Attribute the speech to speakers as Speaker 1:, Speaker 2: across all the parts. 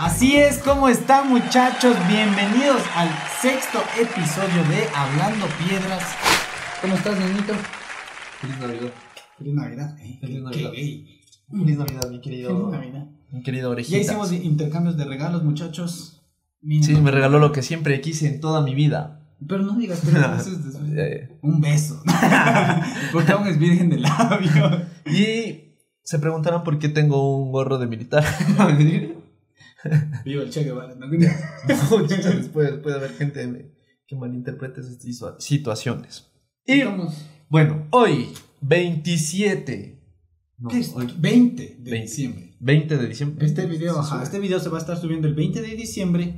Speaker 1: Así es, ¿cómo están muchachos? Bienvenidos al sexto episodio de Hablando Piedras. ¿Cómo estás, nenito?
Speaker 2: Feliz Navidad.
Speaker 1: Feliz Navidad. eh.
Speaker 2: Feliz
Speaker 1: Qué-
Speaker 2: Navidad.
Speaker 1: qué gay. Feliz Navidad, mi querido.
Speaker 3: Feliz Navidad.
Speaker 2: Mi querido
Speaker 1: Ya
Speaker 2: Orejita.
Speaker 1: hicimos intercambios de regalos, muchachos. Miren,
Speaker 2: Sí, me regaló lo que siempre quise en toda mi vida.
Speaker 1: Pero no digas tres meses después.
Speaker 2: Eh,
Speaker 1: Un beso. Porque aún es virgen de labio.
Speaker 2: y se preguntarán por qué tengo un gorro de militar.
Speaker 1: Vivo el Che Guevara. ¿no?
Speaker 2: Después puede haber gente que malinterprete esas situa- situaciones. Y
Speaker 1: Digamos,
Speaker 2: bueno, hoy, 27. No,
Speaker 1: ¿qué es?
Speaker 2: hoy,
Speaker 1: 20 de
Speaker 2: 20.
Speaker 1: diciembre.
Speaker 2: 20 de diciembre.
Speaker 1: Este video,
Speaker 2: Se
Speaker 1: ajá,
Speaker 2: sube.
Speaker 1: este video se va a estar subiendo el 20 de diciembre.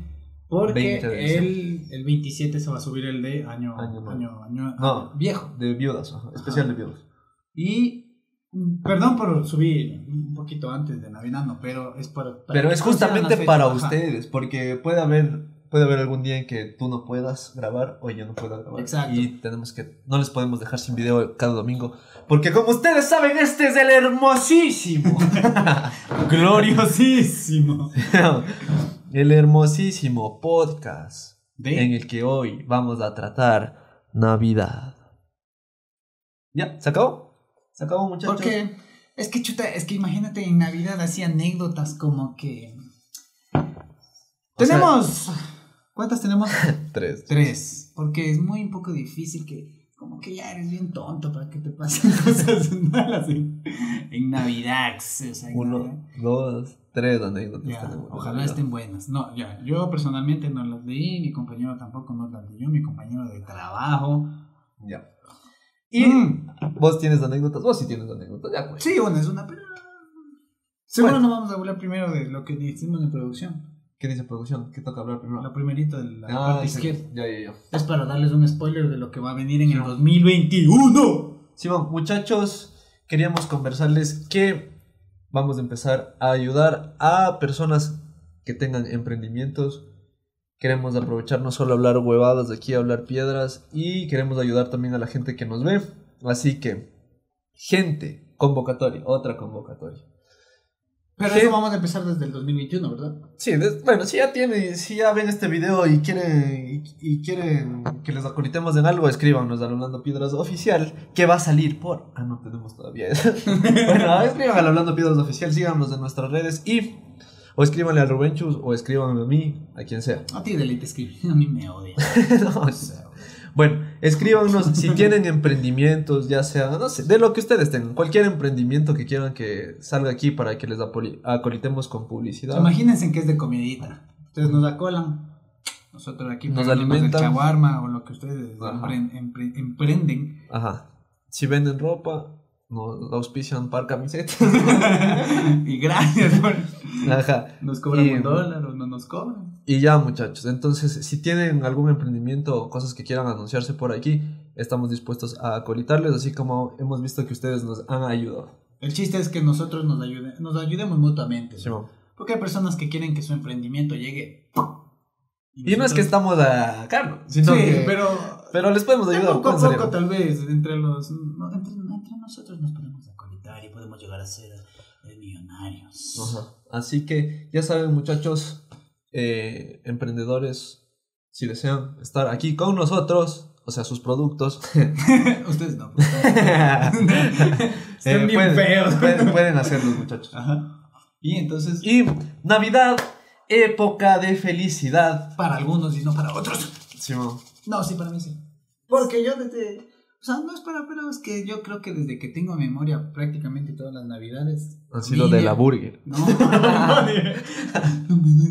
Speaker 1: Porque
Speaker 2: 20 de diciembre.
Speaker 1: El, el 27 se va a subir el de año,
Speaker 2: Año
Speaker 1: año,
Speaker 2: nuevo.
Speaker 1: año-
Speaker 2: No.
Speaker 1: viejo.
Speaker 2: De viudas, ajá, especial de viudas.
Speaker 1: Y mm, perdón por subir un poquito antes de Navidad, no, pero es para. para
Speaker 2: Pero
Speaker 1: que
Speaker 2: es
Speaker 1: coincidan
Speaker 2: justamente
Speaker 1: las fechas,
Speaker 2: para
Speaker 1: ajá.
Speaker 2: ustedes, porque puede haber, puede haber algún día en que tú no puedas grabar o yo no pueda grabar.
Speaker 1: Exacto.
Speaker 2: Y tenemos que, no les podemos dejar sin video cada domingo, porque como ustedes saben, este es el hermosísimo.
Speaker 1: Gloriosísimo.
Speaker 2: el hermosísimo podcast
Speaker 1: De-
Speaker 2: en el que hoy vamos a tratar Navidad. ¿Ya? ¿Se acabó? ¿Se acabó, muchachos?
Speaker 1: Porque es que chuta, es que imagínate en Navidad así anécdotas como que
Speaker 2: O sea-
Speaker 1: tenemos ¿cuántas tenemos?
Speaker 2: Tres.
Speaker 1: Tres, porque es muy un poco difícil que como que ya eres bien tonto para que te pasen cosas malas en, en Navidad, o sea, en Navidad.
Speaker 2: Uno, dos, tres anécdotas
Speaker 1: Ya,
Speaker 2: tenemos.
Speaker 1: ojalá estén buenas. No, ya, yo personalmente no las leí, mi compañero tampoco no las leyó, mi compañero de trabajo.
Speaker 2: Ya.
Speaker 1: Y
Speaker 2: Vos tienes anécdotas, vos sí tienes anécdotas, ya pues.
Speaker 1: sí, una es una, pero seguro no vamos a hablar primero de lo que hicimos en la producción.
Speaker 2: ¿Qué dice producción? ¿Qué toca hablar primero?
Speaker 1: La primerita de la
Speaker 2: Ah,
Speaker 1: parte
Speaker 2: sí.
Speaker 1: izquierda.
Speaker 2: Ya, ya, ya.
Speaker 1: Es para darles un spoiler de lo que va a venir en el 2021.
Speaker 2: Simón, muchachos, queríamos conversarles que vamos a empezar a ayudar a personas que tengan emprendimientos. Queremos aprovechar no solo hablar huevadas de aquí, hablar piedras y queremos ayudar también a la gente que nos ve. Así que, gente, convocatoria, otra convocatoria.
Speaker 1: Pero
Speaker 2: Sí.
Speaker 1: eso vamos a empezar desde el 2021, ¿verdad?
Speaker 2: Sí, des- bueno, si ya tienen, si ya ven este video y quieren, y, y quieren que les acolitemos en algo, escríbanos al Hablando Piedras Oficial, que va a salir por... Ah, no tenemos todavía eso. bueno, escriban al Hablando Piedras Oficial, síganos en nuestras redes y... O escríbanle al Rubenchus o escríbanme a mí, a quien sea.
Speaker 1: A ti, Deli, te escribí. A mí me odia.
Speaker 2: No, es- bueno, escríbanos si tienen emprendimientos, ya sea, no sé, de lo que ustedes tengan, cualquier emprendimiento que quieran que salga aquí para que les apoli- acolitemos con publicidad.
Speaker 1: Imagínense que es de comidita. Ustedes nos acolan. Nosotros aquí
Speaker 2: Nos
Speaker 1: ponemos
Speaker 2: alimentan.
Speaker 1: El chaguarma o lo que ustedes
Speaker 2: Ajá.
Speaker 1: empre- empre- emprenden.
Speaker 2: Ajá. Si venden ropa, nos auspician par camisetas.
Speaker 1: y gracias por.
Speaker 2: Ajá.
Speaker 1: Nos cobran
Speaker 2: Y-
Speaker 1: un dólar o no nos cobran.
Speaker 2: Y ya, muchachos. Entonces, si tienen algún emprendimiento o cosas que quieran anunciarse por aquí, estamos dispuestos a acolitarles, así como hemos visto que ustedes nos han ayudado.
Speaker 1: El chiste es que nosotros nos, ayude- nos ayudemos mutuamente.
Speaker 2: Simón.
Speaker 1: Porque hay personas que quieren que su emprendimiento llegue.
Speaker 2: Y no es que
Speaker 1: nosotros-
Speaker 2: estamos a Carlos, sino
Speaker 1: sí,
Speaker 2: que- pero...
Speaker 1: pero.
Speaker 2: les podemos ayudar.
Speaker 1: poco a
Speaker 2: pueden salir.
Speaker 1: poco, tal vez, entre los. no, entre, entre nosotros nos podemos acolitar y podemos llegar a ser eh, millonarios.
Speaker 2: Ajá. Así que, ya saben, muchachos, eh, emprendedores, si desean estar aquí con nosotros, o sea, sus productos,
Speaker 1: Ustedes no. pues, Están
Speaker 2: Eh,
Speaker 1: bien
Speaker 2: pueden,
Speaker 1: feos.
Speaker 2: pueden- pueden hacerlos, muchachos.
Speaker 1: Ajá. Y entonces,
Speaker 2: Ah. Y Navidad, época de felicidad.
Speaker 1: para algunos y no para otros.
Speaker 2: Simón.
Speaker 1: No, sí, para mí sí. Porque yo desde. O sea, no es para, pero es que yo creo que desde que tengo memoria prácticamente todas las navidades.
Speaker 2: Han sido de la
Speaker 1: burla
Speaker 2: burger.
Speaker 1: No,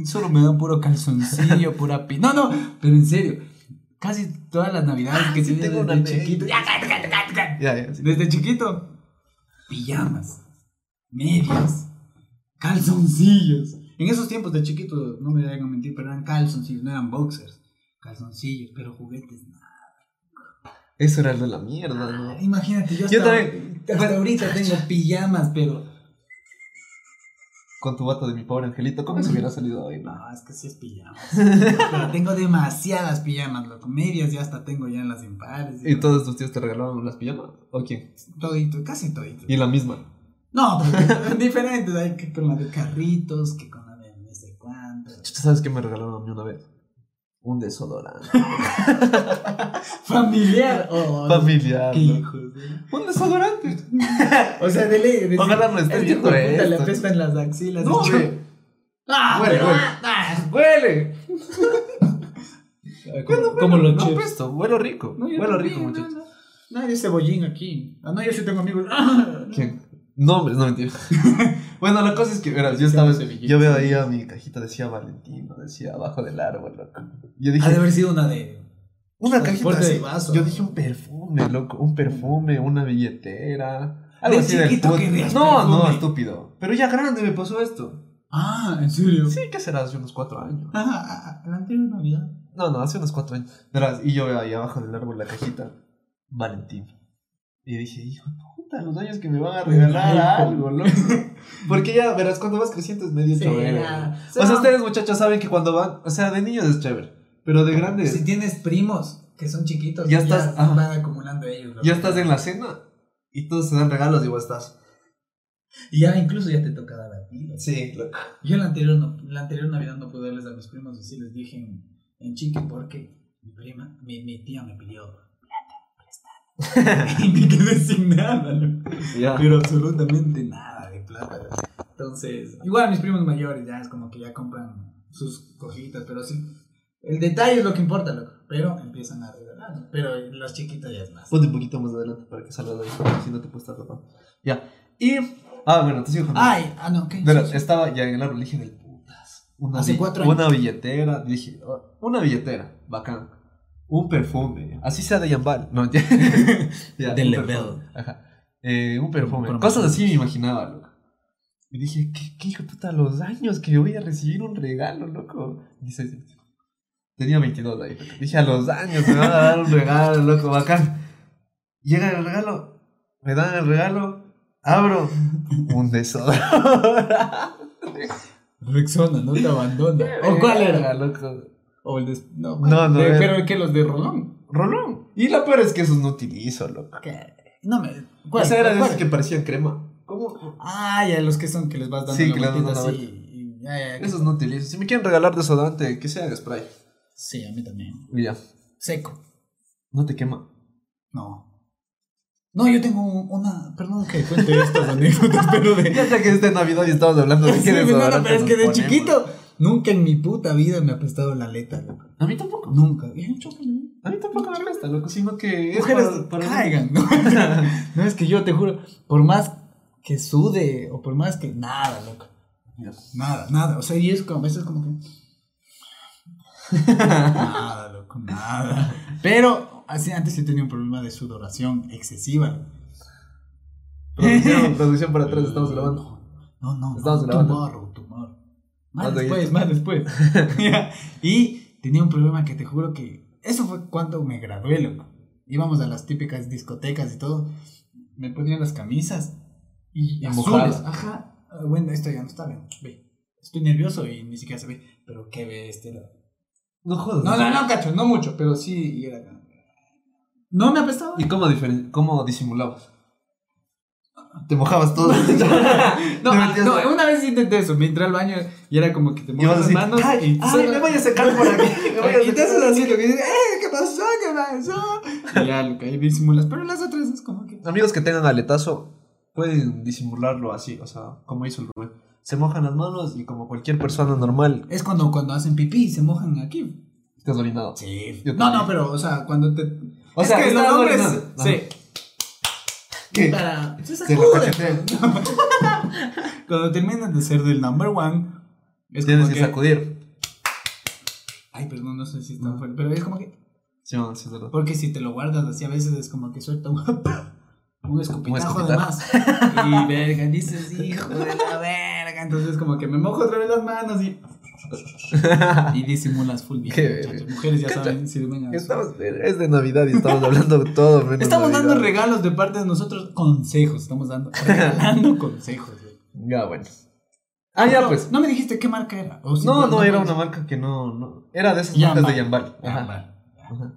Speaker 1: solo me dan puro calzoncillo, pura pi. No, no, pero en serio, casi todas las navidades que
Speaker 2: Ah, sí,
Speaker 1: tenía
Speaker 2: tengo una
Speaker 1: desde chiquito.
Speaker 2: anécdota.
Speaker 1: Ya, cállate, cállate, cállate, cállate.
Speaker 2: Ya, ya, sí.
Speaker 1: Desde chiquito, pijamas, medias, calzoncillos. En esos tiempos de chiquito, no me vayan a mentir, pero eran calzoncillos, no eran boxers. Calzoncillos, pero juguetes, nada.
Speaker 2: Eso era lo de la mierda, ¿no?
Speaker 1: Imagínate, yo,
Speaker 2: Yo
Speaker 1: hasta-
Speaker 2: también.
Speaker 1: hasta ahorita tengo pijamas, pero
Speaker 2: con tu bata de mi pobre angelito, ¿cómo se hubiera salido hoy? No?
Speaker 1: No, es que sí es pijamas. Pero tengo demasiadas pijamas, loco. Medias ya hasta tengo ya en las impares.
Speaker 2: ¿Y todos tus tíos te regalaron las pijamas? ¿O quién?
Speaker 1: Todito, casi todito.
Speaker 2: Y la misma.
Speaker 1: No, pero diferentes. Hay que con la de carritos, que con la de no sé cuánto.
Speaker 2: ¿Tú sabes qué me regalaron a mí una vez? Un desodorante.
Speaker 1: Familiar. Oh,
Speaker 2: Familiar.
Speaker 1: Qué
Speaker 2: ¿no?
Speaker 1: hijos. ¿eh?
Speaker 2: Un desodorante.
Speaker 1: O sea, de ley. de-
Speaker 2: Ojalá no esté
Speaker 1: este
Speaker 2: viendo
Speaker 1: hijo de puta Le
Speaker 2: esto.
Speaker 1: apestan las axilas.
Speaker 2: No,
Speaker 1: Y-
Speaker 2: güey.
Speaker 1: Ah,
Speaker 2: Huele,
Speaker 1: pero-
Speaker 2: huele.
Speaker 1: ah.
Speaker 2: ¡Huele!
Speaker 1: Como, como los
Speaker 2: no,
Speaker 1: chips.
Speaker 2: presto, huelo rico.
Speaker 1: No, yo
Speaker 2: huelo
Speaker 1: también,
Speaker 2: rico,
Speaker 1: no,
Speaker 2: muchachos.
Speaker 1: no. Nadie es cebollín aquí. Ah, no, yo sí tengo amigos.
Speaker 2: ¿Quién? No, pues, no mentira. bueno, la cosa es que, verás, yo estaba. Yo veo ahí a mi cajita, decía Valentino, decía abajo del árbol, loco. Yo
Speaker 1: Ha de
Speaker 2: dije,
Speaker 1: haber sido una de.
Speaker 2: una
Speaker 1: transporte
Speaker 2: cajita.
Speaker 1: de
Speaker 2: así.
Speaker 1: vaso.
Speaker 2: Yo dije un perfume, loco. Un perfume, una billetera. Algo
Speaker 1: De
Speaker 2: así del
Speaker 1: chiquito
Speaker 2: fut-
Speaker 1: que veas
Speaker 2: No, no,
Speaker 1: perfume.
Speaker 2: estúpido. Pero ya grande me pasó esto.
Speaker 1: Ah, ¿en serio?
Speaker 2: Sí, que será hace unos cuatro años.
Speaker 1: Ah, ah, ah, la anterior Navidad.
Speaker 2: No, no, hace unos cuatro años. Verás, y yo veo ahí abajo del árbol la cajita. Valentín. Y dije, hijo de puta, los años que me van a regalar
Speaker 1: Ay,
Speaker 2: algo, loco. Porque ya, verás, cuando vas creciendo es medio
Speaker 1: Sí,
Speaker 2: chévere.
Speaker 1: ah,
Speaker 2: O sea,
Speaker 1: no,
Speaker 2: ustedes muchachos saben que cuando van, o sea, de niños es chévere, pero de grandes
Speaker 1: Si tienes primos que son chiquitos,
Speaker 2: Ya estás- ajá.
Speaker 1: van acumulando ellos. ¿no?
Speaker 2: ya estás en la cena y todos se dan regalos y vos estás.
Speaker 1: Y ya incluso ya te toca dar a ti. ¿no?
Speaker 2: Sí, loco.
Speaker 1: Yo la anterior, no- la anterior Navidad no pude darles a mis primos y sí les dije en, en chique porque mi prima, mi, mi tía me pidió plata prestada. y me quedé sin nada, loco.
Speaker 2: Ya.
Speaker 1: pero absolutamente nada de plata. Entonces, igual mis primos mayores ya es como que ya compran sus cojitas, pero sí. El detalle es lo que importa, loco. Pero empiezan a regalar, ¿no? pero las chiquitas ya es más.
Speaker 2: Ponte un poquito más adelante para que salgas de ahí, si no te puedes estar tapando. Ya. Y. Ah, bueno, te sigo contando.
Speaker 1: Ay, ah, no, ¿qué?
Speaker 2: Pero estaba ya en el árbol, dije del putas. Una,
Speaker 1: Hace
Speaker 2: bi-
Speaker 1: cuatro años.
Speaker 2: una billetera, dije, oh, una billetera, bacán. Un perfume, así sea de Yambal. No, ya. ya,
Speaker 1: De
Speaker 2: un
Speaker 1: Lebel.
Speaker 2: perfume, Ajá. Eh, un perfume.
Speaker 1: Con
Speaker 2: Cosas
Speaker 1: perfumes.
Speaker 2: así me imaginaba, loco. Y dije, ¿qué, qué hijo de puta los años que voy a recibir un regalo, loco? Dice, tenía 22 ahí. loco. Dije, a los años me van a dar un regalo, loco, bacán. Llega el regalo, me dan el regalo, abro un desodorante.
Speaker 1: Rexona, no te abandona.
Speaker 2: Eh, ah, loco?
Speaker 1: O el de... No,
Speaker 2: No, eh. no, era-
Speaker 1: que los de Rolón.
Speaker 2: Rolón. Y la peor es que esos no utilizo, loco.
Speaker 1: ¿Qué? No me...
Speaker 2: O sea, era de esos
Speaker 1: ¿Cuál?
Speaker 2: que parecían crema. ¿Cómo?
Speaker 1: Ah, ya, los que son que les vas dando
Speaker 2: Sí,
Speaker 1: la
Speaker 2: que les vas
Speaker 1: vueltita
Speaker 2: dando la
Speaker 1: así, y- ya, ya, ya.
Speaker 2: Esos no utilizo. Si me quieren regalar desodorante, que sea de spray.
Speaker 1: Sí, a mí también.
Speaker 2: Y ya.
Speaker 1: Seco.
Speaker 2: No te quema.
Speaker 1: No. No, yo tengo un- una. Perdón que cuente estas anécdotas, pero de.
Speaker 2: Ya sé que es de Navidad y estamos hablando de
Speaker 1: Sí,
Speaker 2: que
Speaker 1: no, no,
Speaker 2: desodorante
Speaker 1: pero es
Speaker 2: nos
Speaker 1: que de
Speaker 2: ponemos.
Speaker 1: chiquito nunca en mi puta vida me ha prestado la aleta, loco.
Speaker 2: A mí tampoco.
Speaker 1: Nunca. Eh, chócale.
Speaker 2: A mí tampoco me presta, loco. Sino que es
Speaker 1: Mujeres
Speaker 2: para- para-
Speaker 1: caigan, ¿no? no, es que yo te juro, por más que sude o por más que. Nada, loco.
Speaker 2: Mira.
Speaker 1: Nada, nada. O sea, y es como, a veces como que. nada, loco, nada. Pero así, antes sí tenía un problema de sudoración excesiva.
Speaker 2: Producción, producción para atrás, estamos grabando.
Speaker 1: Eh, No, no. no,
Speaker 2: Estamos
Speaker 1: no,
Speaker 2: grabando.
Speaker 1: Tomorrow, tomorrow. Más
Speaker 2: Más de
Speaker 1: después,
Speaker 2: esto.
Speaker 1: más después. Ya, y tenía un problema que te juro que. Eso fue cuando me gradué, loco. Íbamos a las típicas discotecas y todo. Me ponían las camisas. Y
Speaker 2: Y
Speaker 1: azules.
Speaker 2: mojadas.
Speaker 1: Ajá. Ah, Bueno, esto ya no está bien. Ve. Estoy nervioso y ni siquiera se ve. Pero qué bestia. loco.
Speaker 2: No jodas.
Speaker 1: No, no, no, cacho. No mucho, pero sí. y era como- No me apestaba.
Speaker 2: ¿Y cómo, diferen- cómo disimulabas? Te mojabas todo.
Speaker 1: No,
Speaker 2: Te
Speaker 1: ah,
Speaker 2: metías-
Speaker 1: no, una vez intenté eso, me entré al baño y era como que te
Speaker 2: Y vas
Speaker 1: mojas las
Speaker 2: así,
Speaker 1: manos
Speaker 2: ay,
Speaker 1: y
Speaker 2: ay,
Speaker 1: solo-
Speaker 2: me voy a secar por aquí. Me voy a
Speaker 1: y te
Speaker 2: secar
Speaker 1: haces
Speaker 2: por
Speaker 1: así, lo que dices, ¡eh! ¿Qué pasó? ¿Qué pasó? Y ya, lo que ahí disimulas. Pero las otras es como que.
Speaker 2: aquí". Amigos que tengan aletazo, pueden disimularlo así, o sea, como hizo el Rubén. Se mojan las manos y como cualquier persona normal,
Speaker 1: Es cuando, cuando hacen pipí y se mojan aquí.
Speaker 2: estás orinado.
Speaker 1: Sí.
Speaker 2: Yo
Speaker 1: No,
Speaker 2: también.
Speaker 1: no, pero, o sea, cuando te.
Speaker 2: O
Speaker 1: es
Speaker 2: sea,
Speaker 1: que los
Speaker 2: estaba
Speaker 1: hombres.
Speaker 2: orinando. Ajá.
Speaker 1: Sí.
Speaker 2: ¿Qué?
Speaker 1: Para. Se
Speaker 2: Se lo
Speaker 1: sacuden.
Speaker 2: cachetean.
Speaker 1: Cuando terminan de ser del number one. Es
Speaker 2: Tienes
Speaker 1: como
Speaker 2: que
Speaker 1: que.
Speaker 2: sacudir.
Speaker 1: Ay, perdón, no sé si está
Speaker 2: No.
Speaker 1: fuerte. Pero es como que.
Speaker 2: Sí, man, sí, es verdad.
Speaker 1: Porque si te lo guardas así a veces es como que suelta un, un escupitajo de
Speaker 2: escupitajo.
Speaker 1: más. Y verga, dices, hijo de la verga. Entonces como que me mojo otra vez las manos y, y disimulas full bien.
Speaker 2: Qué
Speaker 1: muchachos.
Speaker 2: verga.
Speaker 1: Mujeres ya
Speaker 2: Cacha.
Speaker 1: saben, sirven a su-
Speaker 2: Estamos- es de Navidad y estamos hablando todo menos
Speaker 1: Estamos dando
Speaker 2: Navidad.
Speaker 1: regalos de parte de nosotros, consejos. Estamos dando regalando consejos. güey.
Speaker 2: Ya, bueno. Ah, ya
Speaker 1: Pero,
Speaker 2: pues.
Speaker 1: No me dijiste qué marca era. o si-
Speaker 2: No, no, era
Speaker 1: puedes-
Speaker 2: una marca que no. no- era de esas
Speaker 1: Yambal.
Speaker 2: marcas de Yambal. Ajá.
Speaker 1: Ah, vale.
Speaker 2: Ajá.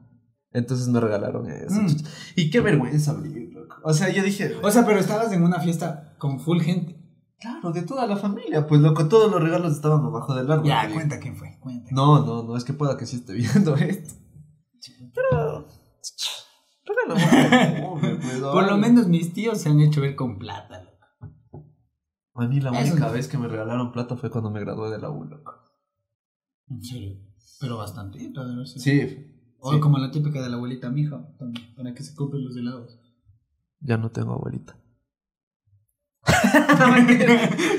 Speaker 2: Entonces me regalaron esa
Speaker 1: Mm.
Speaker 2: chucha. Y qué vergüenza abrir, loco. O sea, yo dije,
Speaker 1: O sea, pero estabas en una fiesta con full gente.
Speaker 2: claro, de toda la familia. Pues loco, todos los regalos estaban abajo del árbol.
Speaker 1: Ya,
Speaker 2: Te digo.
Speaker 1: cuenta quién fue. Cuenta.
Speaker 2: No, no, no, es que pueda que sí esté viendo esto. Pero. Regalo más pobre, pues,
Speaker 1: Por lo
Speaker 2: ay.
Speaker 1: menos mis tíos se han hecho ver con plata. loco.
Speaker 2: A mí la
Speaker 1: Eso
Speaker 2: única
Speaker 1: no.
Speaker 2: vez que me regalaron plata fue cuando me gradué de la U, loco.
Speaker 1: En serio. Pero bastante.
Speaker 2: Sí.
Speaker 1: O
Speaker 2: sí.
Speaker 1: como la típica de la abuelita mija, también, para que se compren los helados.
Speaker 2: Ya no tengo abuelita.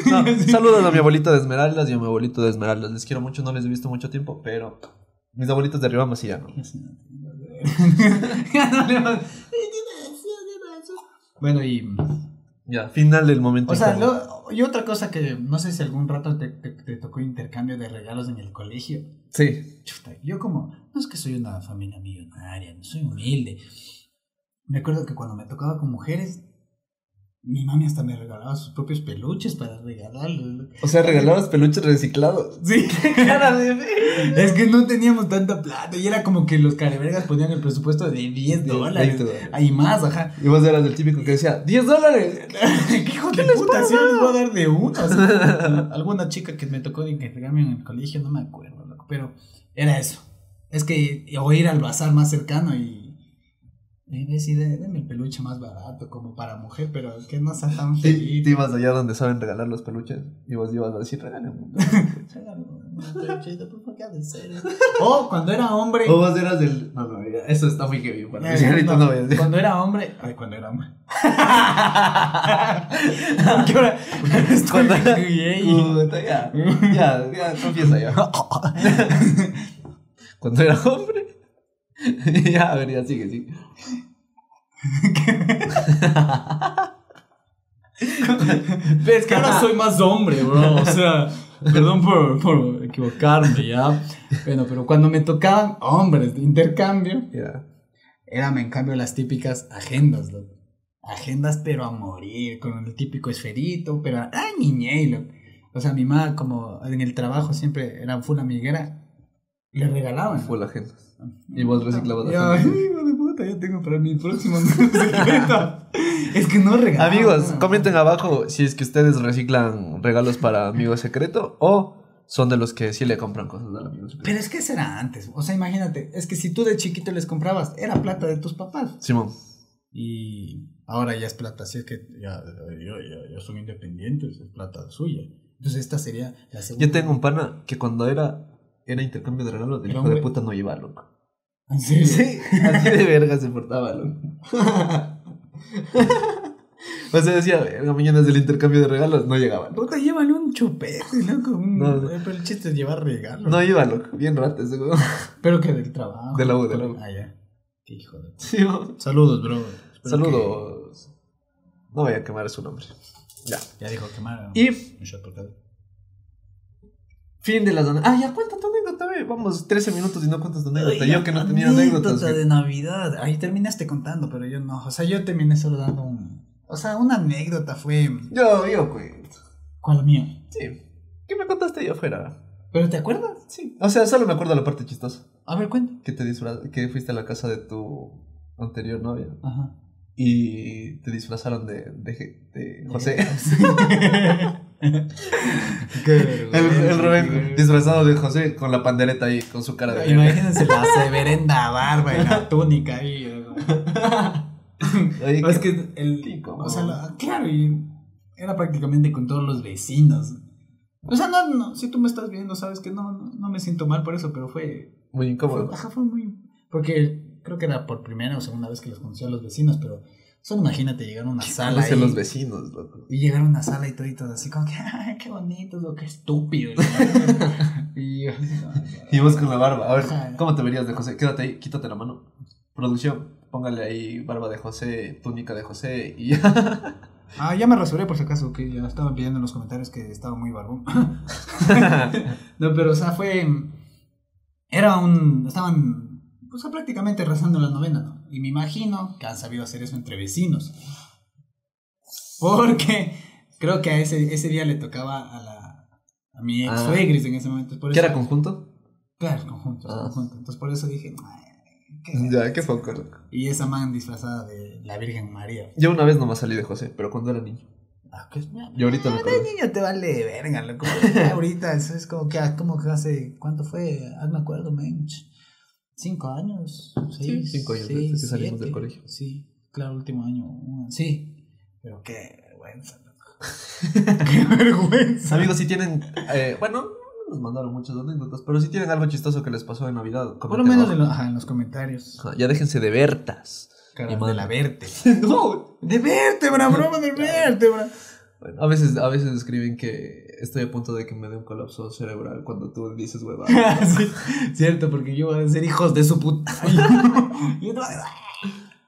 Speaker 2: No, saludos a mi abuelita de Esmeraldas y a mi abuelito de Esmeraldas. Les quiero mucho, no les he visto mucho tiempo, pero mis abuelitos de Ribamba sí ya no.
Speaker 1: Ya no le vas- Bueno, y.
Speaker 2: Ya, final del momento.
Speaker 1: O sea,
Speaker 2: incómodo.
Speaker 1: lo- y otra cosa que no sé si algún rato te, te- te tocó intercambio de regalos en el colegio.
Speaker 2: Sí.
Speaker 1: Chuta, yo como, no es que soy una familia millonaria, no soy humilde. Me acuerdo que cuando me tocaba con mujeres, mi mami hasta me regalaba sus propios peluches para regalarlos.
Speaker 2: O sea, regalabas peluches reciclados.
Speaker 1: Sí,
Speaker 2: Cara de fe.
Speaker 1: es que no teníamos tanta plata y era como que los carevergas ponían el presupuesto de 10
Speaker 2: De
Speaker 1: dólares.
Speaker 2: 20 dólares.
Speaker 1: Ahí más, ajá.
Speaker 2: Y vos eras el típico que decía, 10 dólares.
Speaker 1: ¿Qué hijo de puta? Sí, les voy a dar de uno. O sea, alguna chica que me tocó de encargarme en el colegio, no me acuerdo, loco, pero era eso. Es que, o ir al bazar más cercano y. Y ves, y dé- deme el peluche más barato, como para mujer, pero que no sea tan
Speaker 2: Te, te
Speaker 1: feliz.
Speaker 2: ibas allá donde saben regalar los peluches. Y vos ibas a decir, regalen uno".
Speaker 1: Pues, Tráigame un peluchito, por favor, ¿qué ha de ser? O cuando era hombre.
Speaker 2: O vos eras del. No, no, ya, eso está muy heavy. Para mí.
Speaker 1: Eh,
Speaker 2: Oh, Ahorita
Speaker 1: no,
Speaker 2: no voy a decir.
Speaker 1: Cuando era hombre. Ay, cuando era hombre. ¿Qué hora? Estoy
Speaker 2: Cuando era-
Speaker 1: gay.
Speaker 2: Puta, ya, ya, ya, confiesa ya. Cuando era hombre. ya, a ver, ya sigue, sigue.
Speaker 1: Pero es que ahora soy más hombre, bro. O sea, perdón por, por equivocarme, ya. Bueno, pero cuando me tocaban hombres de intercambio,
Speaker 2: Ya.
Speaker 1: eran en cambio las típicas agendas, loco. Agendas, pero a morir, con el típico esferito, pero a ay, niñey, loco. O sea, mi mamá, como en el trabajo siempre era full amiguera, le regalaban.
Speaker 2: Fue la gente. Y vos reciclabas
Speaker 1: Yo,
Speaker 2: la gente.
Speaker 1: hijo de puta, yo tengo para mi próximo secreto. Es que no regalaban.
Speaker 2: Amigos,
Speaker 1: no.
Speaker 2: comenten abajo si es que ustedes reciclan regalos para amigo secreto o son de los que sí le compran cosas al amigo secreto.
Speaker 1: Pero es que será antes. O sea, imagínate, es que si tú de chiquito les comprabas, era plata de tus papás.
Speaker 2: Simón,
Speaker 1: Y ahora ya es plata, así es que ya, ya, ya- ya son independientes, es plata suya. Entonces esta sería la segunda.
Speaker 2: yo tengo un pana que cuando era, era intercambio de regalos, el
Speaker 1: Era
Speaker 2: hijo de
Speaker 1: hombre.
Speaker 2: puta no iba, loco.
Speaker 1: ¿En serio?
Speaker 2: Sí, así de verga se portaba, loco. O sea, decía, verga, mañana es el intercambio de regalos, no llegaba. loco.
Speaker 1: Puta, llévale Pues un chupete, loco. un-
Speaker 2: No, no.
Speaker 1: eh, Pero el chiste es llevar regalos.
Speaker 2: No iba, loco, bien rata ese weón.
Speaker 1: Pero que del trabajo.
Speaker 2: De la U, de la U.
Speaker 1: Ah, ya. Qué hijo de...
Speaker 2: Sí, weón.
Speaker 1: Saludos, bro. Espero
Speaker 2: Saludos. No voy a quemar su nombre. Ya.
Speaker 1: que- Ya dijo quemar.
Speaker 2: Y
Speaker 1: Un shot por cada-
Speaker 2: fin de las anécdotas. Ah, ya cuenta tu anécdota, ve. Vamos, 13 minutos y no cuentas tu anécdota.
Speaker 1: Ay,
Speaker 2: Yo que no tenía
Speaker 1: anécdota
Speaker 2: anécdotas.
Speaker 1: de
Speaker 2: güey.
Speaker 1: Navidad. Ahí terminaste contando, pero yo no. O sea, yo terminé solo dando un. O sea, una anécdota fue.
Speaker 2: Yo, yo cuento.
Speaker 1: ¿Cuál mía?
Speaker 2: Sí. ¿Qué me contaste ahí afuera?
Speaker 1: ¿Pero te acuerdas?
Speaker 2: Sí. O sea, solo me acuerdo la parte chistosa.
Speaker 1: A ver, cuenta.
Speaker 2: Que te disfraz- que fuiste a la casa de tu anterior novia.
Speaker 1: Ajá.
Speaker 2: y te disfrazaron de, de- de José.
Speaker 1: Qué
Speaker 2: El, el Rubén
Speaker 1: vergüenza.
Speaker 2: disfrazado de José con la pandereta ahí, con su cara de... verga.
Speaker 1: Imagínense la severenda barba y la túnica ahí.
Speaker 2: Ay,
Speaker 1: O es
Speaker 2: qué-
Speaker 1: que el.
Speaker 2: qué incómodo.
Speaker 1: O sea, la- claro, y era prácticamente con todos los vecinos. O sea, no, no, si tú me estás viendo, sabes que no, no, no me siento mal por eso, pero fue
Speaker 2: Muy
Speaker 1: Fue,
Speaker 2: incómodo.
Speaker 1: ajá, fue muy. Porque creo que era por primera o segunda vez que los conocí a los vecinos, pero solo imagínate llegar a una sala.
Speaker 2: Conoce
Speaker 1: ahí,
Speaker 2: los vecinos, loco.
Speaker 1: y llegar a una sala y todo y todo, así como que, ¡ay, qué bonito! Lo que estúpido. ¿no? y yo, no,
Speaker 2: Y vos con la barba. A ver,
Speaker 1: Ajá.
Speaker 2: ¿cómo te verías de José? Quédate ahí, quítate la mano. Producción, póngale ahí barba de José, túnica de José y ya.
Speaker 1: Ah, ya me rasuré por si acaso, que ya estaban pidiendo en los comentarios que estaba muy barbón. no, pero o sea, fue. Era un. Estaban. O sea, prácticamente rezando la novena, ¿no? Y me imagino que han sabido hacer eso entre vecinos. Porque creo que a ese, ese día le tocaba a la, a mi ex
Speaker 2: Ah.
Speaker 1: suegris en ese momento. Por
Speaker 2: ¿Qué
Speaker 1: eso,
Speaker 2: era conjunto?
Speaker 1: Claro, conjuntos,
Speaker 2: Ah.
Speaker 1: conjuntos. Entonces por eso dije, "Ay, qué
Speaker 2: Ya, qué foco, loco.
Speaker 1: Y esa man disfrazada de la Virgen María.
Speaker 2: Yo una vez nomás salí de José, pero cuando era niño.
Speaker 1: Ah, que es una-
Speaker 2: Yo ahorita me
Speaker 1: Ah,
Speaker 2: acuerdo.
Speaker 1: de niño te vale de verga, loco. Ya ahorita eso es como que, ah, como que hace, ¿cuánto fue? Ah, no me acuerdo, mench. ¿Cinco años? Seis,
Speaker 2: cinco años desde
Speaker 1: seis,
Speaker 2: que salimos
Speaker 1: siete.
Speaker 2: del colegio.
Speaker 1: Sí, claro, último año. un- Sí, pero qué vergüenza, loco. qué vergüenza.
Speaker 2: Amigos, si tienen. eh, bueno, no nos mandaron muchas anécdotas, pero si tienen algo chistoso que les pasó en Navidad,
Speaker 1: Por lo
Speaker 2: comenten
Speaker 1: menos
Speaker 2: abajo.
Speaker 1: en, lo- ajá, en los comentarios.
Speaker 2: Ajá, Ya déjense de vertas.
Speaker 1: Cara,
Speaker 2: Y
Speaker 1: de
Speaker 2: manda.
Speaker 1: la verte.
Speaker 2: no.
Speaker 1: De vértebra, broma, de vértebra.
Speaker 2: Bueno, a veces, a veces escriben que estoy a punto de que me dé un colapso cerebral cuando tú dices hueva.
Speaker 1: Sí, cierto, porque yo voy a ser hijos de su puta. Y otro-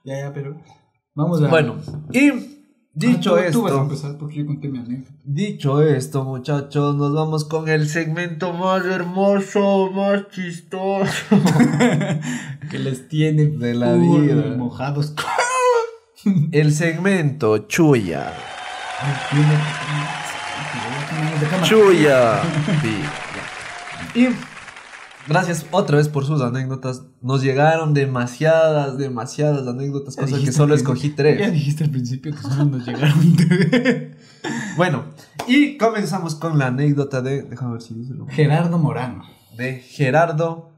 Speaker 1: ya, ya, pero. Vamos a
Speaker 2: bueno, y dicho
Speaker 1: Ah, tú- Tú vas a
Speaker 2: esto,
Speaker 1: empezar porque yo conté mi anécdota.
Speaker 2: dicho esto, muchachos, nos vamos con el segmento más hermoso, más chistoso
Speaker 1: que les tiene
Speaker 2: de la
Speaker 1: full
Speaker 2: vida.
Speaker 1: mojados.
Speaker 2: El segmento chuya.
Speaker 1: Ay, qué bueno. Ay, qué bueno, de cámara.
Speaker 2: Chuya. Y gracias otra vez por sus anécdotas. Nos llegaron demasiadas, demasiadas anécdotas,
Speaker 1: Ya
Speaker 2: cosas que
Speaker 1: dijiste
Speaker 2: solo
Speaker 1: que-
Speaker 2: escogí
Speaker 1: Ya
Speaker 2: tres.
Speaker 1: dijiste al principio que solo nos llegaron de-
Speaker 2: Bueno, y comenzamos con la anécdota de. Déjame ver si dice lo-
Speaker 1: Gerardo Morán.
Speaker 2: De Gerardo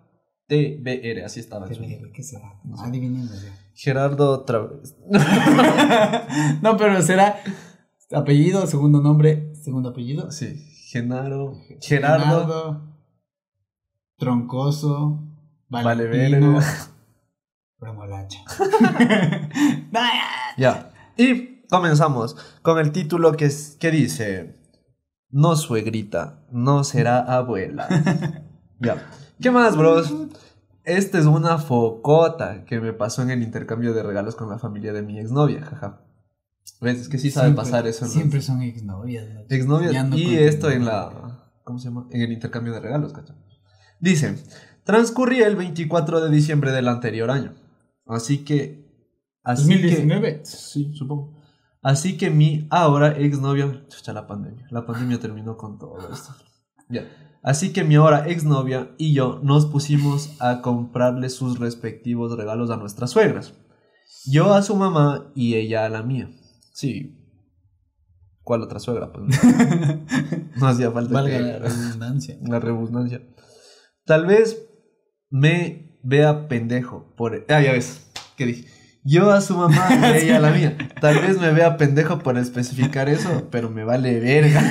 Speaker 2: TBR, así estaba. en su-
Speaker 1: ¿Qué será? Adivinemos ya.
Speaker 2: Gerardo Traves.
Speaker 1: no, pero será apellido, segundo nombre, segundo apellido.
Speaker 2: Sí, Genaro. Gerardo.
Speaker 1: Troncoso,
Speaker 2: Vale,
Speaker 1: Valentino,
Speaker 2: verga.
Speaker 1: Remolacha. Vaya.
Speaker 2: Ya. Y comenzamos con el título que, es- que dice: No suegrita, no será abuela. ya. ¿Qué más, bros? Esta es una focota que me pasó en el intercambio de regalos con la familia de mi exnovia, jaja. ¿Ves? Es que sí sabe
Speaker 1: Siempre-
Speaker 2: pasar eso. ¿no?
Speaker 1: Siempre son exnovias. ¿no? Ya
Speaker 2: Exnovia.
Speaker 1: no
Speaker 2: Y
Speaker 1: continúa.
Speaker 2: esto en la. ¿Cómo se llama? En el intercambio de regalos, cacho. Dice: Transcurría el 24 de diciembre del anterior año. Así que. Así que.
Speaker 1: 2019.
Speaker 2: Sí, supongo. Así que mi ahora exnovia. Chucha, la pandemia. La pandemia terminó con todo esto. Ya. Así que mi ahora exnovia y yo nos pusimos a comprarle sus respectivos regalos a nuestras suegras. Yo a su mamá y ella a la mía. Sí. ¿Cuál otra suegra? Pues no, No hacía falta
Speaker 1: Valga
Speaker 2: que-
Speaker 1: la redundancia.
Speaker 2: la redundancia. Tal vez me vea pendejo por. Ah, ya ves. ¿Qué dije? Yo a su mamá y a ella a la mía. Tal vez me vea pendejo por especificar eso, pero me vale verga.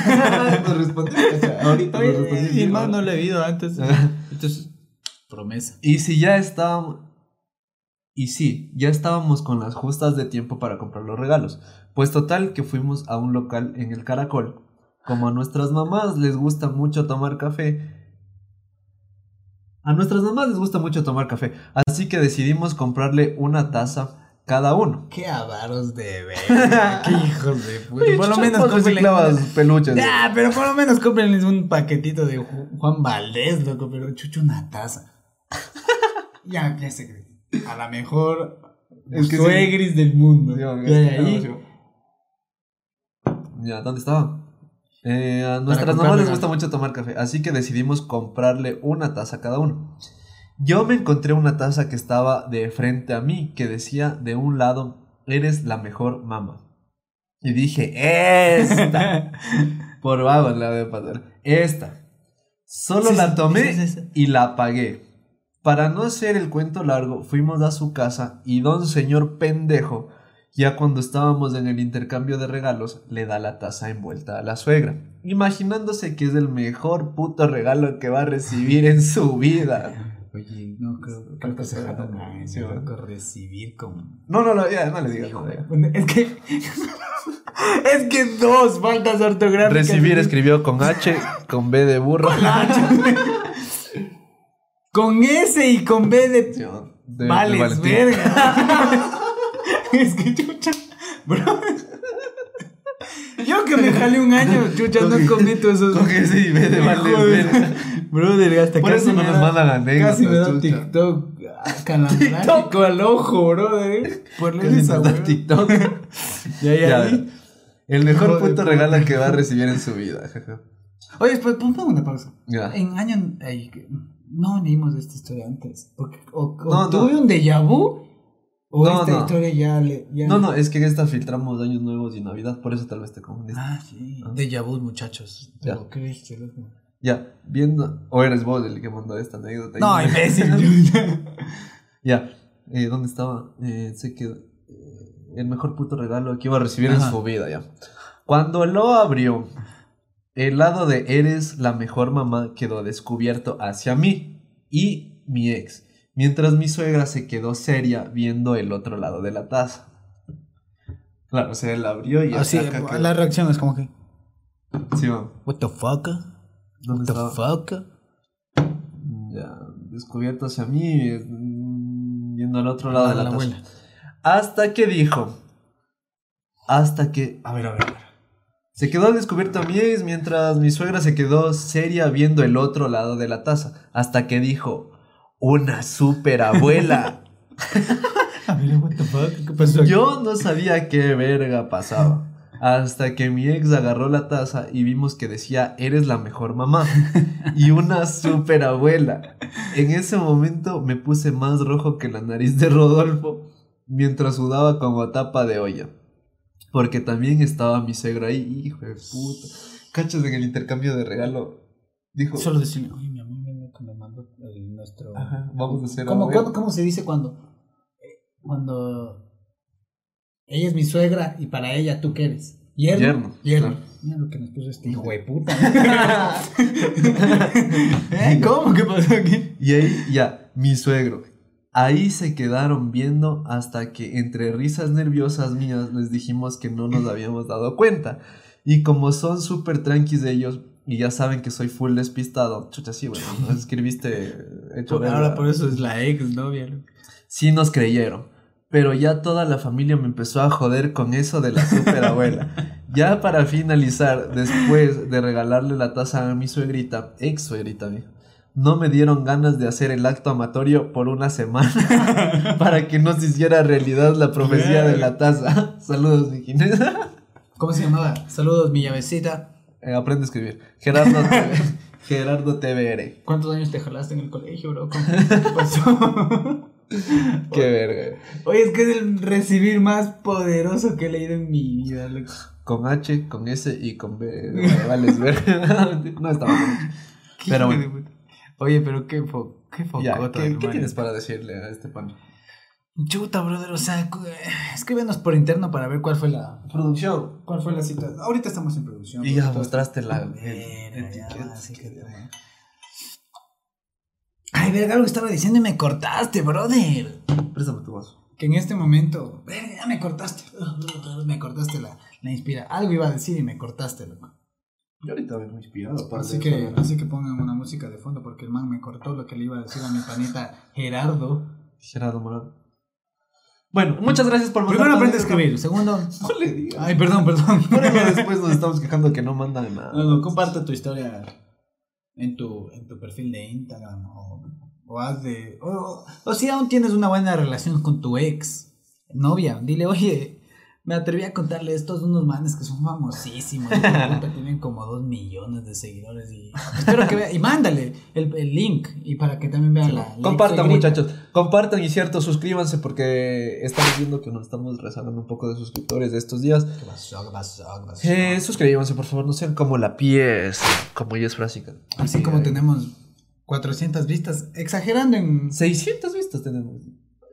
Speaker 2: No respondí, o sea, ahorita no respondí,
Speaker 1: Oye, y
Speaker 2: sí,
Speaker 1: más
Speaker 2: ahora.
Speaker 1: no lo he vivido antes. Entonces, promesa.
Speaker 2: Y si ya estábamos. Y sí, ya estábamos con las justas de tiempo para comprar los regalos. Pues total que fuimos a un local en el Caracol. Como a nuestras mamás les gusta mucho tomar café. A nuestras mamás les gusta mucho tomar café. Así que decidimos comprarle una taza cada uno.
Speaker 1: Qué avaros de verga. Qué hijos de puta. Por lo menos
Speaker 2: Chupas
Speaker 1: cómprenle
Speaker 2: reciclabas peluches.
Speaker 1: Ya, Ah, pero por lo menos cómprenles un paquetito de Ju- Juan Valdés, loco, pero chucho una taza. ya, ya sé que. A lo mejor.
Speaker 2: Es que sí.
Speaker 1: suegris del mundo.
Speaker 2: Dios,
Speaker 1: Ya,
Speaker 2: Dios,
Speaker 1: ya, ahí.
Speaker 2: Dios. Ya, ¿dónde estaba? Eh, a nuestras
Speaker 1: comprarle
Speaker 2: mamás les
Speaker 1: algo.
Speaker 2: gusta mucho tomar café, así que decidimos comprarle una taza a cada uno. Yo me encontré una taza que estaba de frente a mí, que decía de un lado, eres la mejor mamá. Y dije, esta, por vago la de pasar, esta. Solo
Speaker 1: Sí, sí,
Speaker 2: la tomé
Speaker 1: sí, sí, sí.
Speaker 2: y la pagué. Para no hacer el cuento largo, fuimos a su casa y don señor pendejo, ya cuando estábamos en el intercambio de regalos, le da la taza envuelta a la suegra, imaginándose que es el mejor puto regalo que va a recibir en su vida.
Speaker 1: Oye, no creo, creo que se jalaron a
Speaker 2: Sí, ¿verdad?
Speaker 1: loco, recibir como.
Speaker 2: No, no, no, ya, no le digas.
Speaker 1: Hijo
Speaker 2: no le
Speaker 1: de-
Speaker 2: digas.
Speaker 1: Es que. es que dos faltas ortográficas. Ah,
Speaker 2: Recibir escribió con H, con B de burro.
Speaker 1: Con S y con B de
Speaker 2: Sí, no, de- de
Speaker 1: Vales,
Speaker 2: Valentín.
Speaker 1: verga. es que chucha, bro. Yo que me jale un año, chucha, no
Speaker 2: Coge-
Speaker 1: cometo esos.
Speaker 2: Con S y B de Vales,
Speaker 1: Joder.
Speaker 2: verga.
Speaker 1: Brother, hasta
Speaker 2: Por
Speaker 1: casi
Speaker 2: eso no
Speaker 1: me
Speaker 2: nos
Speaker 1: da-
Speaker 2: mandan anécdotas,
Speaker 1: Casi me da un
Speaker 2: chucha.
Speaker 1: TikTok ah, calambrático al ojo, brother. Por leer
Speaker 2: Casi
Speaker 1: esa
Speaker 2: nos da
Speaker 1: hueva.
Speaker 2: TikTok.
Speaker 1: Ya, ya.
Speaker 2: Ya,
Speaker 1: vi.
Speaker 2: El mejor
Speaker 1: Hijo de
Speaker 2: puto
Speaker 1: puta.
Speaker 2: regalo que va a recibir en su vida. jaja.
Speaker 1: Oye, pues ponme una pausa.
Speaker 2: Ya.
Speaker 1: En año. ay, que- no leímos de esta historia antes. Porque, o, o
Speaker 2: No, no.
Speaker 1: tuve un déjà vu. O
Speaker 2: No,
Speaker 1: esta
Speaker 2: no.
Speaker 1: historia ya le. ya
Speaker 2: No,
Speaker 1: le-
Speaker 2: no, es que en esta filtramos años nuevos y navidad, por eso tal vez te confundiste.
Speaker 1: Ah, sí.
Speaker 2: Ah.
Speaker 1: Déjà vu, muchachos.
Speaker 2: Ya.
Speaker 1: Pero qué viste, loco.
Speaker 2: Ya, viendo, o eres vos el que mandó esta anécdota.
Speaker 1: No, imbécil.
Speaker 2: ya, eh, ¿dónde estaba? Eh, sé que eh, el mejor puto regalo que iba a recibir en
Speaker 1: Ajá.
Speaker 2: su vida, ya. Cuando lo abrió, el lado de Eres la mejor mamá quedó descubierto hacia mí y mi ex, mientras mi suegra se quedó seria viendo el otro lado de la taza. Claro, o sea, él abrió y
Speaker 1: Así,
Speaker 2: acá quedó.
Speaker 1: la reacción es como que.
Speaker 2: Sí, man.
Speaker 1: What the fuck?
Speaker 2: ¿Dónde
Speaker 1: What the
Speaker 2: estaba?
Speaker 1: fuck?
Speaker 2: Ya, descubierto hacia mí, eh, viendo al otro lado
Speaker 1: A
Speaker 2: de la,
Speaker 1: la
Speaker 2: taza.
Speaker 1: abuela.
Speaker 2: Hasta que dijo. Hasta que.
Speaker 1: A ver, a ver, a ver.
Speaker 2: Se quedó al descubierto a mi ex mientras mi suegra se quedó seria viendo el otro lado de la taza. Hasta que dijo. Una super abuela.
Speaker 1: A ver, what the fuck? ¿Qué pasó? aquí?
Speaker 2: Yo no sabía qué verga pasaba. Hasta que mi ex agarró la taza y vimos que decía, eres la mejor mamá. Y una super abuela. En ese momento me puse más rojo que la nariz de Rodolfo mientras sudaba como tapa de olla. Porque también estaba mi suegra ahí, hijo de puta. Cachas en el intercambio de regalo. Dijo,
Speaker 1: Solo decirle, oye, mi amor, mira que me mandó el nuestro.
Speaker 2: "Ajá, vamos a hacer
Speaker 1: ¿Cómo,
Speaker 2: abuela".
Speaker 1: cuándo- cómo se dice cuando? Eh, Cuando ella es mi suegra y para ella tú qué eres. Yerno.
Speaker 2: Yerno,
Speaker 1: Yerno.
Speaker 2: claro.
Speaker 1: Mira lo que nos puso este hijo de puta. ¿Eh? ¿Cómo? ¿Qué pasó aquí?
Speaker 2: Y ahí, ya, mi suegro. Ahí se quedaron viendo hasta que entre risas nerviosas mías les dijimos que no nos habíamos dado cuenta. Y como son súper tranquis de ellos y ya saben que soy full despistado, chucha, sí, bueno, ¿no? escribiste... eh, hecho verga.
Speaker 1: eso es la ex novia.
Speaker 2: Sí nos creyeron. Pero ya toda la familia me empezó a joder con eso de la superabuela. ya para finalizar, después de regalarle la taza a mi suegrita, ex suegrita, mijo, no me dieron ganas de hacer el acto amatorio por una semana para que no se hiciera realidad la profecía de la taza. Saludos, mi Ginés.
Speaker 1: ¿Cómo se llamaba? Saludos, mi llavecita.
Speaker 2: Eh, aprende a escribir. Gerardo, TV, Gerardo TVR.
Speaker 1: ¿Cuántos años te jalaste en el colegio, bro? ¿Cómo- ¿Qué pasó?
Speaker 2: Qué verga.
Speaker 1: Oye, es que es el recibir más poderoso que he leído en mi vida, loco.
Speaker 2: Con H, con S y con B. Vale, vales verga. no estaba mal.
Speaker 1: Qué
Speaker 2: Pero
Speaker 1: hijo
Speaker 2: bueno.
Speaker 1: de puta. Oye, pero qué, fo qué
Speaker 2: Ya,
Speaker 1: focota,
Speaker 2: ¿qué,
Speaker 1: hermano.
Speaker 2: qué tienes para decirle a este pan?
Speaker 1: Chuta, brother, o sea, cu- eh, escríbenos por interno para ver cuál fue la
Speaker 2: Producción.
Speaker 1: cuál fue la cita. Ahorita estamos en producción.
Speaker 2: Y ya
Speaker 1: porque todo-
Speaker 2: mostraste la el-
Speaker 1: Verga, ya,
Speaker 2: etiqueta.
Speaker 1: así que te- Ay, verga, algo estaba diciendo y me cortaste, brother.
Speaker 2: Préstame tu vaso.
Speaker 1: Que en este momento, verga, ya me cortaste. Me cortaste la, la inspira. Algo iba a decir y me cortaste, loco.
Speaker 2: Yo ahorita vengo inspirado para
Speaker 1: Así
Speaker 2: leer
Speaker 1: que,
Speaker 2: esta-
Speaker 1: así que pongan una música de fondo porque el man me cortó lo que le iba a decir a mi panita Gerardo.
Speaker 2: Gerardo Morán. Bueno, muchas gracias por
Speaker 1: Mm. Primero
Speaker 2: mandarnos
Speaker 1: aprende a
Speaker 2: esto.
Speaker 1: escribir, segundo.
Speaker 2: No le digas.
Speaker 1: Ay, perdón, perdón.
Speaker 2: Por eso después nos estamos quejando que no mandan nada.
Speaker 1: No, no, comparte tu historia en tu, en tu perfil de Instagram o, o haz de. O, o- o si aún tienes una buena relación con tu ex novia, dile, oye, me atreví a contarle estos unos manes que son famosísimos. hijo de puta, tienen como dos millones de seguidores y. Espero que vea. Y mándale el, el link y para que también vean la. la
Speaker 2: Compartan,
Speaker 1: integrita.
Speaker 2: muchachos. Compartan y cierto, suscríbanse porque estamos viendo que nos estamos rezagando un poco de suscriptores de estos días.
Speaker 1: ¿Qué pasó? ¿Qué pasó? ¿Qué pasó?
Speaker 2: Eh, suscríbanse, por favor, no sean como la pieza, como ella es frásica.
Speaker 1: Así como
Speaker 2: Ay,
Speaker 1: tenemos 400 vistas, exagerando en
Speaker 2: 600 vistas tenemos.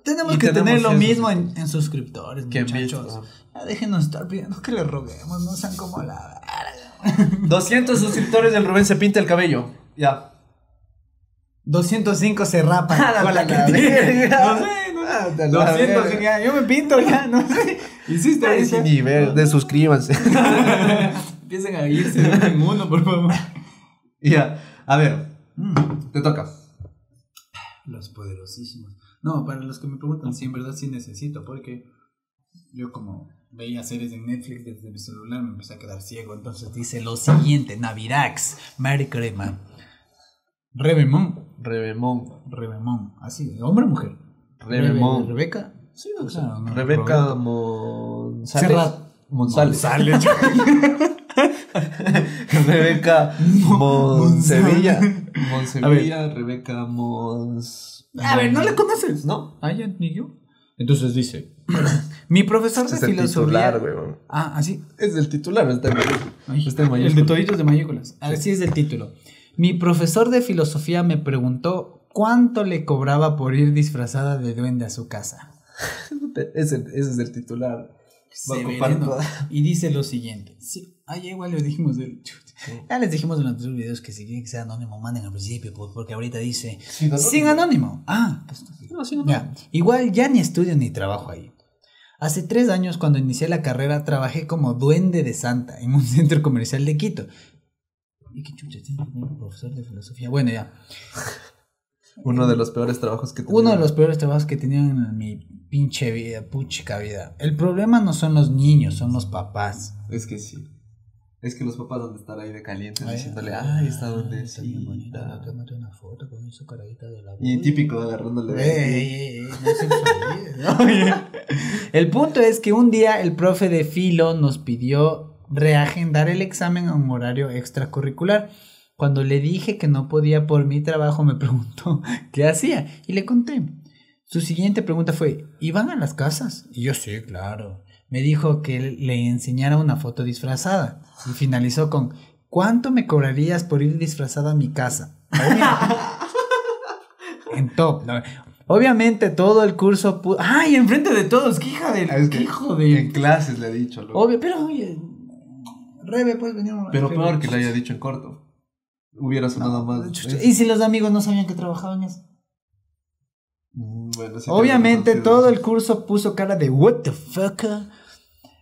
Speaker 1: Tenemos
Speaker 2: Y
Speaker 1: que
Speaker 2: tenemos
Speaker 1: tener lo
Speaker 2: esos
Speaker 1: mismo en, en suscriptores,
Speaker 2: Que
Speaker 1: muchachos.
Speaker 2: vistas.
Speaker 1: Ya déjenos estar pidiendo que le roguemos, no sean como la verga.
Speaker 2: 200 suscriptores del Rubén se pinta el cabello. Ya.
Speaker 1: 205 se rapan con la que
Speaker 2: verga.
Speaker 1: tiene. No sé, no
Speaker 2: Ah,
Speaker 1: sé.
Speaker 2: de la
Speaker 1: 200
Speaker 2: verga.
Speaker 1: ya, yo me pinto ya, no sé. Hiciste
Speaker 2: Ay,
Speaker 1: ahorita.
Speaker 2: sin nivel, de suscríbanse.
Speaker 1: Empiecen a irse de en uno, por favor.
Speaker 2: ya. A ver,
Speaker 1: Mm,
Speaker 2: te toca.
Speaker 1: Los poderosísimos. No, para los que me preguntan si en verdad sí necesito, porque yo como veía series en Netflix desde mi celular me empecé a quedar ciego. Entonces dice lo siguiente, Navirax, Mary Crema. Rebemón,
Speaker 2: Rebemón.
Speaker 1: Rebemón, así, hombre o mujer. Rebe-
Speaker 2: Rebemón.
Speaker 1: Rebeca.
Speaker 2: Sí, o sea,
Speaker 1: Claro, no,
Speaker 2: Rebeca
Speaker 1: Roberto.
Speaker 2: Monsales.
Speaker 1: Serrat.
Speaker 2: Monsales.
Speaker 1: González.
Speaker 2: Rebeca
Speaker 1: Mon-
Speaker 2: Monsevilla.
Speaker 1: A
Speaker 2: Monsevilla,
Speaker 1: ver.
Speaker 2: Rebeca Mons.
Speaker 1: A ver, ¿no le conoces?
Speaker 2: No.
Speaker 1: Ah, ya, ni yo. Entonces dice, mi profesor de
Speaker 2: Es el
Speaker 1: filosofía...
Speaker 2: titular, weón.
Speaker 1: ah, así.
Speaker 2: Es el titular, está en,
Speaker 1: Ay,
Speaker 2: está en
Speaker 1: el de
Speaker 2: mayúscula.
Speaker 1: toditos de Este mayúsculas. Así es el título. Mi profesor de filosofía me preguntó cuánto le cobraba por ir disfrazada de duende a su casa.
Speaker 2: Ese, ese es el titular. Va a ocupar
Speaker 1: Severino.
Speaker 2: toda-
Speaker 1: Y dice lo siguiente. Sí. Ah, ya igual les dijimos del... Ya les dijimos en los otros videos que si quieren que sea anónimo, manden al principio, pues, porque ahorita dice... Sin anónimo. Ah, qué estúpido.
Speaker 2: No, sin anónimo.
Speaker 1: Ya, igual ya ni estudio ni trabajo ahí. Hace tres años cuando inicié la carrera trabajé como duende de Santa en un centro comercial de Quito. ¿Y qué chucha tiene que ver un profesor de filosofía? Bueno, ya.
Speaker 2: Uno de los peores trabajos que
Speaker 1: Uno de los peores trabajos que tenían en mi pinche vida, puchica vida. El problema no son los niños, son los papás.
Speaker 2: Es que sí. Es que los papás van a estar ahí de calientes diciéndole,
Speaker 1: Ay,
Speaker 2: ay, está donde
Speaker 1: está bien bonita,
Speaker 2: está.
Speaker 1: tómate una foto con su caradita de la
Speaker 2: Y
Speaker 1: bola.
Speaker 2: típico agarrándole.
Speaker 1: Ey, ey, ey, no sexualices, ¿no? el punto es que un día el profe de filo nos pidió reagendar el examen a un horario extracurricular. Cuando le dije que no podía por mi trabajo, me preguntó qué hacía y le conté. Su siguiente pregunta fue, ¿iban a las casas? Y yo sí, claro. Me dijo que le enseñara una foto disfrazada y finalizó con, ¿cuánto me cobrarías por ir disfrazada a mi casa? En top. no. Obviamente todo el curso... pu- ¡Ay, enfrente de todos! ¡Qué hija de...
Speaker 2: Ah, es que-
Speaker 1: ¡Qué hijo
Speaker 2: En
Speaker 1: de...
Speaker 2: clases le ha dicho, loco.
Speaker 1: Obvio, pero oye... Rebe, puedes venir... un-
Speaker 2: Oh, Pero peor que le haya dicho en corto. Hubiera sonado más.
Speaker 1: Chucha, ¿Y si los amigos no sabían que trabajaban eso?
Speaker 2: Mm, bueno, sí,
Speaker 1: Obviamente
Speaker 2: tiene
Speaker 1: todo el
Speaker 2: razón,
Speaker 1: curso puso cara de what the fuck.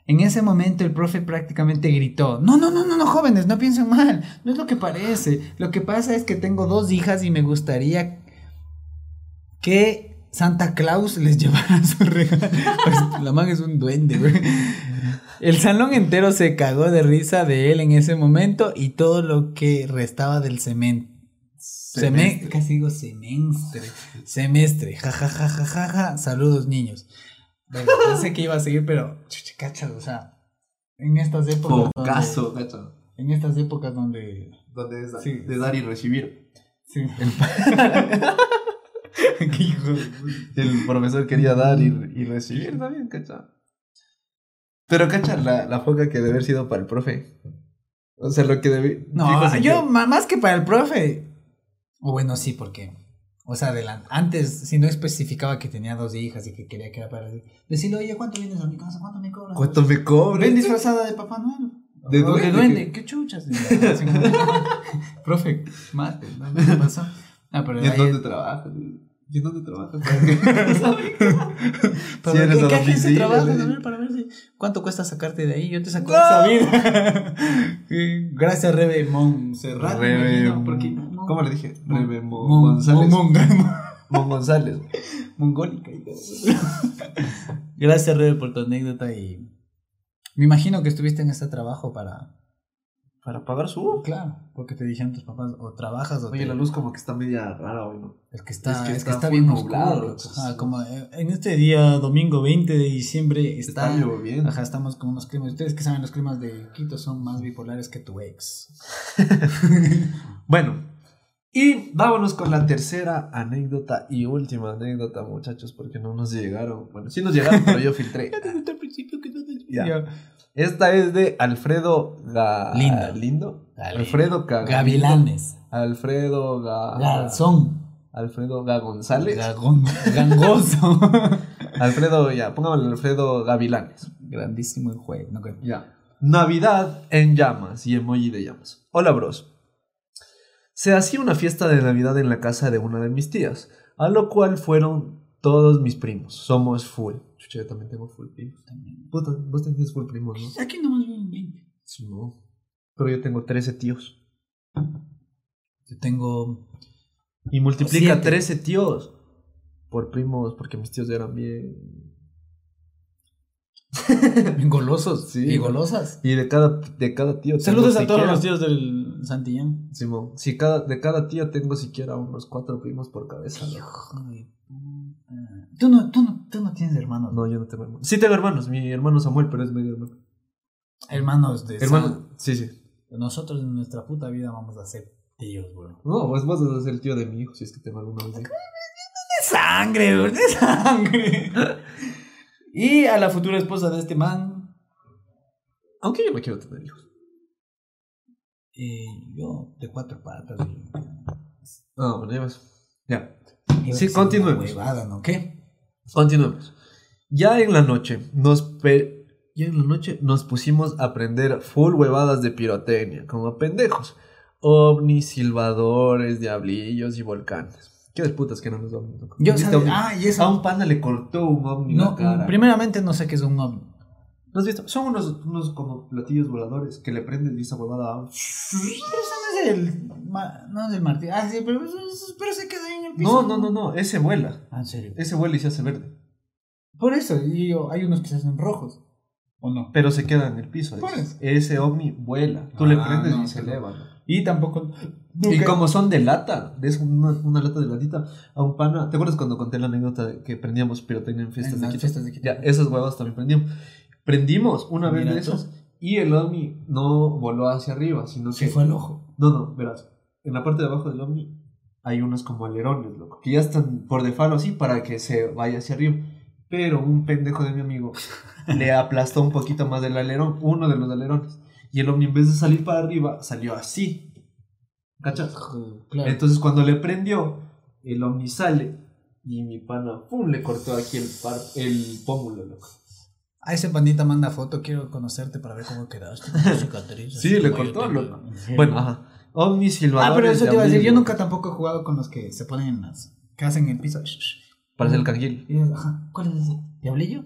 Speaker 1: En ese momento el profe prácticamente gritó, no, no, no, no, no, jóvenes, no piensen mal, no es lo que parece. Lo que pasa es que tengo dos hijas y me gustaría que Santa Claus les llevara su regalo. Pues, la man es un duende, güey. El salón entero se cagó de risa de él en ese momento y todo lo que restaba del cemento. Semestre.
Speaker 2: Semestre.
Speaker 1: Casi digo semestre. Semestre. Ja, ja, ja, ja, ja, ja. Saludos, niños. Bueno, pensé que iba a seguir, pero chucha, cachas, o sea, en estas épocas.
Speaker 2: sí.
Speaker 1: donde-
Speaker 2: Caso, cacho.
Speaker 1: en estas épocas donde.
Speaker 2: Donde es
Speaker 1: Sí.
Speaker 2: de dar y recibir.
Speaker 1: Sí.
Speaker 2: Qué hijo de puta. El profesor quería dar y, y recibir también, cacho. Pero cacha la, la foca que debe haber sido para el profe. O sea, lo que debe.
Speaker 1: No,
Speaker 2: fijo, se
Speaker 1: yo ma- más que para el profe. O bueno, sí, porque. O sea, adelante. Antes, si no especificaba que tenía dos hijas y que quería que era para. Decirle, oye, ¿cuánto vienes a mi casa? ¿Cuánto me cobras?
Speaker 2: ¿Cuánto me cobra?
Speaker 1: Ven disfrazada de Papá Noel.
Speaker 2: De
Speaker 1: O
Speaker 2: duende,
Speaker 1: duende. ¿Qué chuchas? Profe, mate, ¿no? ¿qué pasó? Ah, pero
Speaker 2: ¿Y en
Speaker 1: ahí-
Speaker 2: dónde trabajas? ¿Y en dónde trabajas? Si
Speaker 1: ¿Para
Speaker 2: eres
Speaker 1: qué, qué
Speaker 2: domicilio,
Speaker 1: agencia trabajas,
Speaker 2: le-
Speaker 1: a ver, para ver si cuánto cuesta sacarte de ahí. Yo te saco
Speaker 2: ¡No!
Speaker 1: de esa vida. Sí, Gracias, Rebe Monserrat. me
Speaker 2: eh. Rebe-
Speaker 1: imagino, porque- Mon-
Speaker 2: ¿Cómo le dije?
Speaker 1: Mon-
Speaker 2: Rebe Mo-
Speaker 1: Mon-
Speaker 2: González.
Speaker 1: Mon- Mon-
Speaker 2: Mon González.
Speaker 1: Mongólica. Gracias, Rebe, por tu anécdota y me imagino que estuviste en este trabajo para
Speaker 2: Para pagar su.
Speaker 1: Claro, porque te dijeron tus papás o trabajas o
Speaker 2: Oye,
Speaker 1: te-
Speaker 2: la luz como que está media rara hoy, ¿no?
Speaker 1: Es que está,
Speaker 2: Es
Speaker 1: es
Speaker 2: que
Speaker 1: que
Speaker 2: está
Speaker 1: está,
Speaker 2: muy
Speaker 1: bien
Speaker 2: nublado,
Speaker 1: oscuro.
Speaker 2: entonces,
Speaker 1: Ajá,
Speaker 2: ¿no?
Speaker 1: como eh, en este día, domingo 20 de diciembre,
Speaker 2: Está,
Speaker 1: está.
Speaker 2: lloviendo.
Speaker 1: ajá, estamos con unos climas. Ustedes que saben, los climas de Quito son más bipolares que tu ex.
Speaker 2: Bueno, y vámonos con la tercera anécdota y última anécdota, muchachos, porque no nos llegaron. Bueno, sí nos llegaron, pero yo filtré.
Speaker 1: al principio que no te
Speaker 2: Ya. Esta es de Alfredo Ga-
Speaker 1: Lindo.
Speaker 2: Lindo.
Speaker 1: Dale.
Speaker 2: Alfredo Ah, Ga-
Speaker 1: Gavilanes.
Speaker 2: Alfredo Ga-
Speaker 1: Garzón.
Speaker 2: Alfredo Ga González.
Speaker 1: Gagón. Gangoso.
Speaker 2: Alfredo, ya, póngamelo Alfredo Gavilanes.
Speaker 1: Grandísimo el juego. ¿no?
Speaker 2: Ya. Navidad en llamas y emoji de llamas. Hola, bros. Se hacía una fiesta de Navidad en la casa de una de mis tías, a lo cual fueron todos mis primos. Somos full. Chucha, yo también tengo full primos.
Speaker 1: También.
Speaker 2: Puta, vos tenés full primos, ¿no?
Speaker 1: Aquí nomás viven 20.
Speaker 2: Sí, no. Pero yo tengo 13 tíos.
Speaker 1: Yo tengo.
Speaker 2: Y multiplica
Speaker 1: Siete.
Speaker 2: 13 tíos por primos, porque mis tíos eran bien.
Speaker 1: Golosos.
Speaker 2: Sí.
Speaker 1: Y golosas.
Speaker 2: Y de cada, de cada tío. tengo
Speaker 1: Saludos a todos
Speaker 2: siquiera-
Speaker 1: los tíos del Santillán.
Speaker 2: Simón, si cada, de cada tío tengo siquiera unos cuatro primos por cabeza. ¿no?
Speaker 1: Hijo de puta. Tú no, tú no, tú no tienes hermanos.
Speaker 2: No, yo no tengo hermanos. Sí tengo hermanos, mi hermano Samuel, pero es medio hermano.
Speaker 1: Hermanos de
Speaker 2: Hermano, sí, sí.
Speaker 1: Nosotros en nuestra puta vida vamos a ser tíos, weón.
Speaker 2: No, pues vos vas a ser el tío de mi hijo si es que tengo alguna vez.
Speaker 1: De sangre, weón, de sangre. y a la futura esposa de este man,
Speaker 2: Aunque yo no quiero tener hijos.
Speaker 1: eh, yo de cuatro patas.
Speaker 2: Ah, bueno, ya ves. Ya,
Speaker 1: Iba a
Speaker 2: Sí, pues.
Speaker 1: decir una
Speaker 2: continuemos.
Speaker 1: huevada, ¿no? ¿Qué?
Speaker 2: continuemos. Ya en la noche nos pe- ya en la noche nos pusimos a aprender full huevadas de pirotecnia, como pendejos. Ovnis, silbadores, diablillos y volcanes. Qué putas que no nos ovnis. loco.
Speaker 1: Yo
Speaker 2: ¿Viste
Speaker 1: sabía-
Speaker 2: ovni?
Speaker 1: Ah, y
Speaker 2: A
Speaker 1: esa.
Speaker 2: un panda le cortó un ovni la
Speaker 1: No,
Speaker 2: cara.
Speaker 1: primeramente no sé qué es un ovni.
Speaker 2: ¿No has visto? Son unos, unos como platillos voladores que le prendes y esa huevada.
Speaker 1: Pero eso no es el. ma- No es el martillo. Ah, sí, pero, pero se quedó ahí en el piso.
Speaker 2: No, no, no, no. Ese vuela.
Speaker 1: Ah, en serio.
Speaker 2: Ese vuela y se hace verde.
Speaker 1: Por eso, y yo, hay unos que se hacen rojos. ¿O no?
Speaker 2: Pero se queda en el piso.
Speaker 1: Por eso.
Speaker 2: Ese ovni vuela. Tú le
Speaker 1: Ah,
Speaker 2: prendes
Speaker 1: no,
Speaker 2: y se
Speaker 1: qué
Speaker 2: eleva. ¿no?
Speaker 1: Y tampoco.
Speaker 2: Y como son de lata, es una, una lata de latita a un pana. ¿Te acuerdas cuando conté la anécdota de que prendíamos pirotecnia en fiestas
Speaker 1: En
Speaker 2: de
Speaker 1: las
Speaker 2: Quito?
Speaker 1: fiestas de Quito.
Speaker 2: Ya, esas huevas también prendimos. Prendimos una vez
Speaker 1: Mira
Speaker 2: de
Speaker 1: tú.
Speaker 2: esas y el ovni no voló hacia arriba, sino
Speaker 1: Se
Speaker 2: que
Speaker 1: fue al ojo.
Speaker 2: No, no, verás. En la parte de abajo del ovni hay unos como alerones, loco. Que ya están por defalo así para que se vaya hacia arriba. Pero un pendejo de mi amigo le aplastó un poquito más del alerón, uno de los alerones. Y el ovni en vez de salir para arriba, salió así. ¿Cachas?
Speaker 1: Claro.
Speaker 2: Entonces cuando le prendió, el ovni sale y mi pana, pum, le cortó aquí el, par, el pómulo, loco.
Speaker 1: A ese pandita manda foto, quiero conocerte para ver cómo quedaste. con tu cicatriz,
Speaker 2: Sí,
Speaker 1: así
Speaker 2: le
Speaker 1: como yo
Speaker 2: cortó,
Speaker 1: tengo.
Speaker 2: loco.
Speaker 1: En serio.
Speaker 2: Bueno, ah, ajá. Ovni silbador.
Speaker 1: Ah, pero eso te iba a decir, yo nunca tampoco he jugado con los que se ponen en las. que hacen en el piso. Shh, shh.
Speaker 2: Parece el canguil.
Speaker 1: Y dices, ajá, ¿cuál es ese? ¿Diablillo?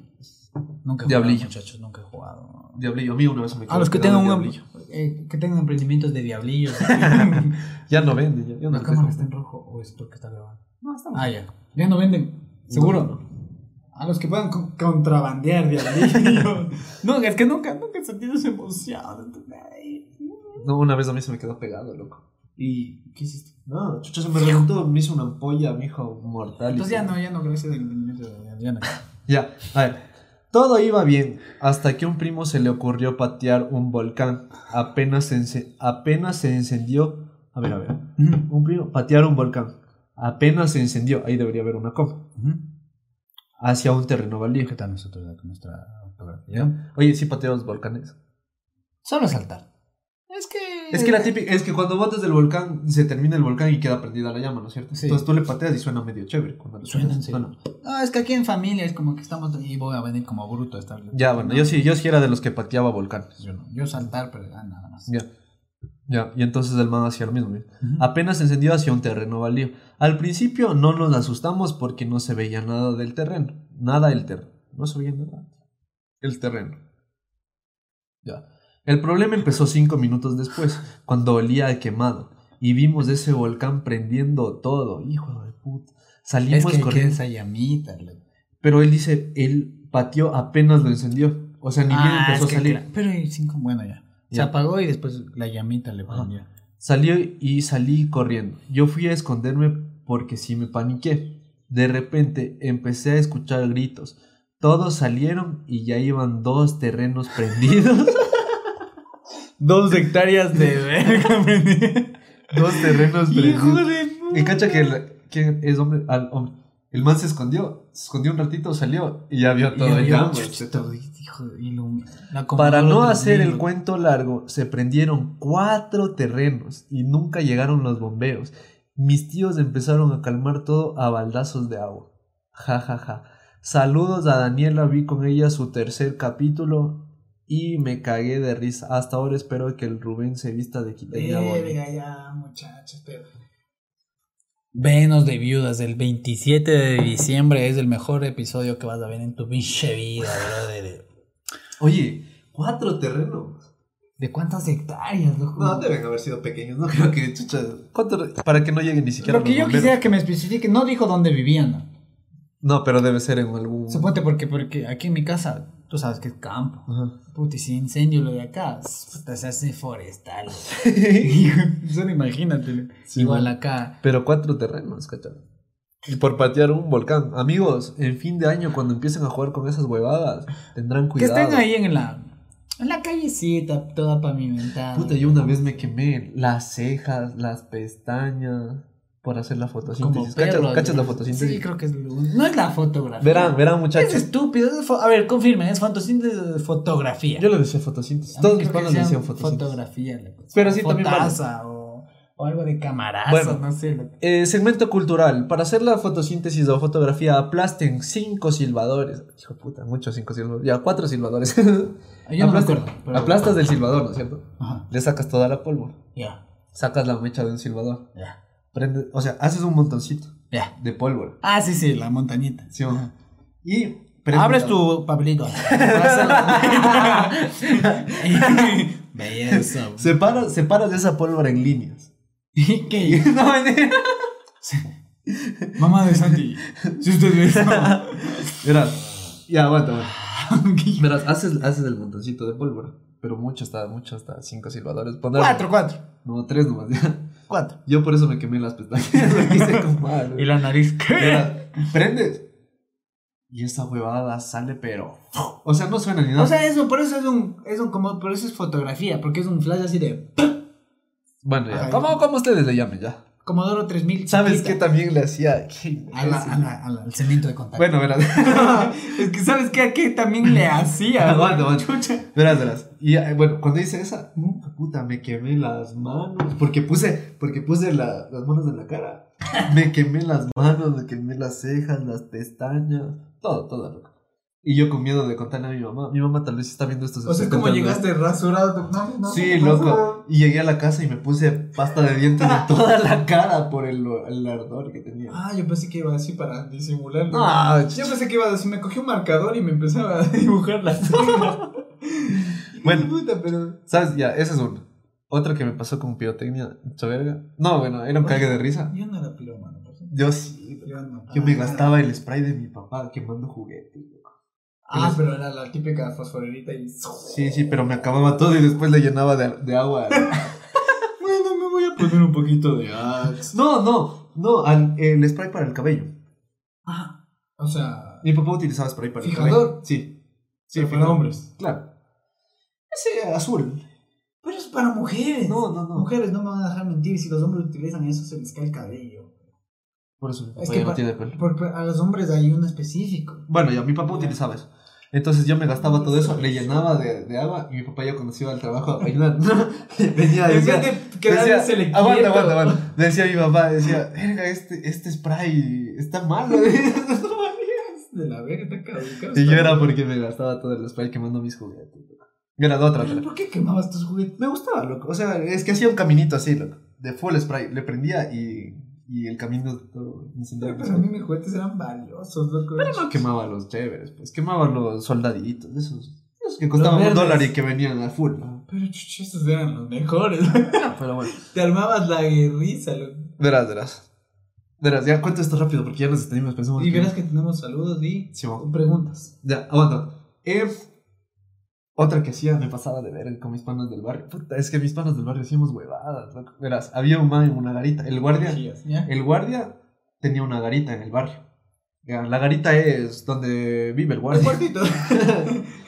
Speaker 1: Nunca he
Speaker 2: Diablillo.
Speaker 1: jugado, muchachos, nunca he jugado.
Speaker 2: Diablillo, a mí una vez me
Speaker 1: A los que
Speaker 2: quedó
Speaker 1: tengan un
Speaker 2: diablillo.
Speaker 1: eh, que tengan emprendimientos de diablillos. la
Speaker 2: Ya no vende, ya, ya no
Speaker 1: cámara
Speaker 2: vende.
Speaker 1: está en rojo o es porque está grabando.
Speaker 2: No, está
Speaker 1: Ah, ya. Ya no venden. Seguro. A los que puedan co- contrabandear diablillos. no, es que nunca, nunca he sentido esa emoción. Ay.
Speaker 2: No, una vez a mí se me quedó pegado, loco.
Speaker 1: ¿Y qué hiciste?
Speaker 2: No, chucha se me reventó, me hizo una ampolla, mi hijo mortal.
Speaker 1: Entonces ya no, ya no, gracias al emprendimiento de ya no.
Speaker 2: Ya, a ver. Todo iba bien hasta que a un primo se le ocurrió patear un volcán. Apenas se, ence- apenas se encendió. A ver, a ver.
Speaker 1: Ujú,
Speaker 2: Un primo patear un volcán. Apenas se encendió. Ahí debería haber una coma.
Speaker 1: ujú.
Speaker 2: Hacia un terreno
Speaker 1: ¿Y
Speaker 2: baldío.
Speaker 1: qué tal nosotros ya con nuestra ortografía?
Speaker 2: Oye, sí pateamos volcanes.
Speaker 1: Solo saltar. Es que.
Speaker 2: Es que la típica, es que cuando botas del volcán, se termina el volcán y queda prendida la llama, ¿no es cierto?
Speaker 1: Sí.
Speaker 2: Entonces tú le pateas y suena medio chévere. Cuando le
Speaker 1: Suena,
Speaker 2: pateas.
Speaker 1: sí.
Speaker 2: Bueno,
Speaker 1: No, es que aquí en familia es como que estamos. Y voy a venir como bruto a estar. Pues
Speaker 2: Ya, bueno, yo sí, yo sí era de los que pateaba volcanes.
Speaker 1: Yo, no. yo saltar, pero ah, nada más.
Speaker 2: Ya. Ya, y entonces el man hacía lo mismo. ¿eh?
Speaker 1: Ujú.
Speaker 2: Apenas se encendió hacia un terreno baldío. Al principio no nos asustamos porque no se veía nada del terreno. Nada del terreno. No se veía nada. El terreno. Ya. El problema empezó cinco minutos después, cuando olía a quemado. Y vimos ese volcán prendiendo todo. Hijo de puta.
Speaker 1: Es
Speaker 2: Salimos
Speaker 1: que hay que
Speaker 2: corriendo.
Speaker 1: esa llamita. loco.
Speaker 2: Pero él dice, él pateó apenas lo encendió. O sea, ni bien
Speaker 1: Ah,
Speaker 2: empezó
Speaker 1: es que
Speaker 2: a salir.
Speaker 1: cla- Pero hay cinco, bueno, ya. Se
Speaker 2: Ya.
Speaker 1: apagó y después la llamita le
Speaker 2: Ajá.
Speaker 1: prendió.
Speaker 2: Salí y salí corriendo. Yo fui a esconderme porque sí me paniqué. De repente empecé a escuchar gritos. Todos salieron y ya iban dos terrenos prendidos.
Speaker 1: Dos hectáreas de verga prendí.
Speaker 2: dos terrenos
Speaker 1: Hijo
Speaker 2: prendidos.
Speaker 1: de
Speaker 2: Y cacha que, el- que es hombre, al hombre. El man se escondió, se escondió un ratito, salió y ya vio todo.
Speaker 1: Y
Speaker 2: ya,
Speaker 1: yo,
Speaker 2: pues,
Speaker 1: chuch, todo, hijo de- y lo-
Speaker 2: Para
Speaker 1: la compró
Speaker 2: no
Speaker 1: otro
Speaker 2: hacer el
Speaker 1: día.
Speaker 2: cuento largo, se prendieron cuatro terrenos y nunca llegaron los bomberos. Mis tíos empezaron a calmar todo a baldazos de agua. Ja, ja, ja. Saludos a Daniela, vi con ella su tercer capítulo y me cagué de risa. Hasta ahora espero que el Rubén se vista de quiteña bonita.
Speaker 1: Verga ya, muchachos, pero... Venos de viudas, el 27 de diciembre es el mejor episodio que vas a ver en tu pinche vida, brother.
Speaker 2: Oye, cuatro terrenos.
Speaker 1: ¿De cuántas hectáreas, loco?
Speaker 2: No, deben haber sido pequeños, no creo que... chucha, cuatro- Para que no lleguen ni siquiera
Speaker 1: Lo que
Speaker 2: los
Speaker 1: yo
Speaker 2: bomberos.
Speaker 1: quisiera que me especifique, no dijo dónde vivían. ¿no?
Speaker 2: No, pero debe ser en algún...
Speaker 1: Suponte porque, porque aquí en mi casa, tú sabes que es campo.
Speaker 2: Ajá.
Speaker 1: Puta, y si incendio lo de acá, puta, se hace forestal. Hijo, Solo imagínate.
Speaker 2: Sí,
Speaker 1: Igual
Speaker 2: bueno.
Speaker 1: acá.
Speaker 2: Pero cuatro terrenos, ¿cachai? Y por patear un volcán. Amigos, en fin de año, cuando empiecen a jugar con esas huevadas, tendrán cuidado.
Speaker 1: Que estén ahí en la...
Speaker 3: En la callecita, toda pavimentada.
Speaker 2: Puta, yo una vez me quemé las cejas, las pestañas por hacer la
Speaker 3: como
Speaker 2: fotosíntesis. ¿Cachas,
Speaker 3: perro.
Speaker 2: cachas la
Speaker 3: Sí,
Speaker 2: fotosíntesis?
Speaker 3: creo que es lo No es la fotografía.
Speaker 2: verán, verán,
Speaker 3: Es
Speaker 2: muchachos.
Speaker 3: estúpido. es fo- A ver, confirmen, es fotosíntesis o es fotografía.
Speaker 2: Yo le decía fotosíntesis.
Speaker 3: A mí
Speaker 2: Todos
Speaker 3: creo
Speaker 2: mis
Speaker 3: que
Speaker 2: panas le
Speaker 3: decían
Speaker 2: decían fotosíntesis.
Speaker 3: Fotografía, loco.
Speaker 2: Pero sí, también vale.
Speaker 3: Fotaza o, o algo de camarazo,
Speaker 2: Bueno.
Speaker 3: no sé. loco.
Speaker 2: Eh, segmento cultural. Para hacer la fotosíntesis o fotografía, aplasten cinco silbadores. Hijo de puta, muchos cinco silbadores. Ya, cuatro silbadores.
Speaker 3: Yo no me
Speaker 2: Aplasten-
Speaker 3: acuerdo. pero-
Speaker 2: Aplastas del silbador, ¿no es cierto?
Speaker 3: Ajá,
Speaker 2: Le sacas toda la pólvora.
Speaker 3: Ya,
Speaker 2: Sacas la mecha de un silbador.
Speaker 3: ya,
Speaker 2: Prende, o sea, haces un montoncito
Speaker 3: ya.
Speaker 2: de pólvora.
Speaker 3: Ah, sí, sí, la montañita.
Speaker 2: ¿sí o no? Y prende
Speaker 3: Abres
Speaker 2: la-
Speaker 3: tu papelito. Belleza.
Speaker 2: Separas, separas esa pólvora en líneas.
Speaker 3: ¿Qué?
Speaker 2: No, mentira.
Speaker 3: Mamá de Santi. Si usted ve eso.
Speaker 2: Verás. Ya, aguanta, aguanta. Verás, haces, haces el montoncito de pólvora. Pero mucho hasta, mucho hasta cinco silbadores. Pondrás-
Speaker 3: Cuatro, cuatro.
Speaker 2: No, tres nomás. ya.
Speaker 3: Cuatro.
Speaker 2: Yo por eso me quemé las pestañas. Lo quise comer, güey.
Speaker 3: la nariz.
Speaker 2: Verás, prendes. Y esa huevada sale, pero. O sea, no suena ni nada.
Speaker 1: O sea, eso, por eso es un, es un como, por eso es fotografía, porque es un flash así de
Speaker 2: bueno, ya.
Speaker 1: Ajá,
Speaker 2: ¿Cómo, cómo ustedes le llamen ya?
Speaker 1: Comodoro 3000.
Speaker 2: ¿Sabes qué
Speaker 1: chiquita.
Speaker 2: también le hacía? Qué
Speaker 3: A la,
Speaker 2: imbécil.
Speaker 3: a la- a la- al cemento de contacto.
Speaker 2: Bueno, verás.
Speaker 1: es que sabes qué? aquí también le hacía. güey?
Speaker 2: Aguanta, aguanta. Verás, verás. Y eh, bueno, cuando hice esa, nunca puta, me quemé las manos. Porque puse, porque puse la- las manos en la cara. Me quemé las manos, me quemé las cejas, las pestañas. Todo, todo, loco. Y yo con miedo de contarle a mi mamá. Mi mamá tal vez está viendo esto. se
Speaker 1: O sea,
Speaker 2: está
Speaker 1: es como
Speaker 2: contando.
Speaker 1: llegaste rasurado. No, no,
Speaker 2: Sí,
Speaker 1: no, no,
Speaker 2: loco. Y llegué a la casa y me puse pasta de dientes en toda la cara por el, el ardor que tenía.
Speaker 1: Ah, yo pensé que iba así para disimularlo.
Speaker 2: Ah, ch-
Speaker 1: Yo pensé que iba así, me cogí un marcador y me empezaba a dibujar las cejas.
Speaker 2: Bueno.
Speaker 1: Puta, pero...
Speaker 2: ¿Sabes? Ya, esa es una. Otra que me pasó con pirotecnia, hecha verga. No, bueno, era un cague de risa.
Speaker 1: Yo no era piromano, por ejemplo.
Speaker 2: Yo sí.
Speaker 1: Yo no.
Speaker 2: Yo me
Speaker 1: Ah,
Speaker 2: gastaba el spray de mi papá quemando juguetes. loco.
Speaker 1: Ah, pero era la típica fosforerita y...
Speaker 2: Sí, sí, pero me acababa todo y después le llenaba de, de agua.
Speaker 1: Bueno, me voy a poner un poquito de Axe.
Speaker 2: No, no, no, al- el spray para el cabello.
Speaker 1: Ah, o sea,
Speaker 2: Mi papá utilizaba spray para el
Speaker 1: ¿Fijador?
Speaker 2: cabello. Sí. Sí,
Speaker 1: pero para
Speaker 2: fijador.
Speaker 1: hombres.
Speaker 2: Claro. Ese azul.
Speaker 1: Pero es para mujeres.
Speaker 2: No, no, no.
Speaker 1: Mujeres no me van a dejar mentir. Si los hombres utilizan eso, se les cae el cabello.
Speaker 2: Por eso mi papá
Speaker 1: Es
Speaker 2: ya
Speaker 1: que
Speaker 2: no
Speaker 1: pa-
Speaker 2: tiene pelo.
Speaker 1: Porque a los hombres hay uno específico.
Speaker 2: Bueno, ya mi papá utilizaba eso. Entonces yo me gastaba todo eso, le llenaba de, de agua y mi papá ya conocía al trabajo a bailar. Venía,
Speaker 1: En
Speaker 2: decía,
Speaker 1: vez de quedarse
Speaker 2: decía,
Speaker 1: quieto.
Speaker 2: aguanta, aguanta, aguanta. Decía mi papá, decía, "Verga, este, este spray está malo.
Speaker 1: De la verga, está caducado.
Speaker 2: y yo era porque me gastaba todo el spray quemando mis juguetes. Era de otra,
Speaker 1: ¿Pero
Speaker 2: otra.
Speaker 1: ¿Por qué quemabas tus juguetes?
Speaker 2: Me gustaba, loco. O sea, es que hacía un caminito así, loco. De full spray. Le prendía y, y el camino todo incendiado.
Speaker 1: Pero a mí mis juguetes eran valiosos, loco.
Speaker 2: Pero no quemaba los chéveres, pues quemaba los soldaditos, esos, esos que costaban
Speaker 1: Los
Speaker 2: un
Speaker 1: verdes.
Speaker 2: dólar y que venían al full. ¿no?
Speaker 1: Pero chuch, esos eran los mejores.
Speaker 2: Ah, Pero bueno,
Speaker 1: Te armabas la guerriza, loco.
Speaker 2: verás, verás. Verás, ya cuento esto rápido porque ya nos extendimos, pensamos.
Speaker 1: Y verás que tenemos saludos y
Speaker 2: Sí, bueno.
Speaker 1: preguntas.
Speaker 2: Ya, aguanta. Eh, otra que hacía, me pasaba de ver con mis panas del barrio. Puta, es que mis panas del barrio hacíamos huevadas, loco. Verás, había un man en una garita. El guardia,
Speaker 1: ¿Ya?
Speaker 2: el guardia tenía una garita en el barrio. Ya, la garita es donde vive el
Speaker 1: Un
Speaker 2: guardia.
Speaker 1: cuartito.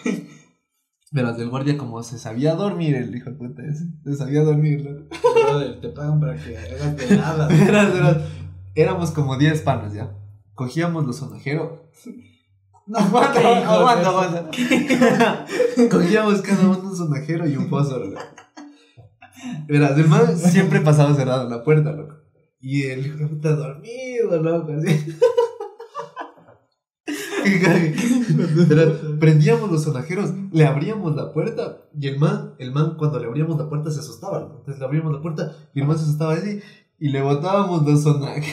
Speaker 2: Verás, del guardia como se sabía dormir el hijo de puta ese. Se sabía dormir, ¿no?
Speaker 1: Brother, te pagan para que hagas veladas.
Speaker 2: Verás, verás. Éramos como 10 panas ya. Cogíamos los sonajeros. No, aguanta,
Speaker 1: ¿Qué hijos de-
Speaker 2: aguanta, aguanta. Cogíamos cada uno un sonajero y un pozo, loco. Verás, el man siempre pasaba cerrado la puerta, loco. Y el hijo de puta dormido, loco, así. Qué cague. Verás, prendíamos los sonajeros, le abríamos la puerta y el man, el man cuando le abríamos la puerta se asustaba. loco. Entonces le abríamos la puerta y el man se asustaba así y le botábamos los sonajeros.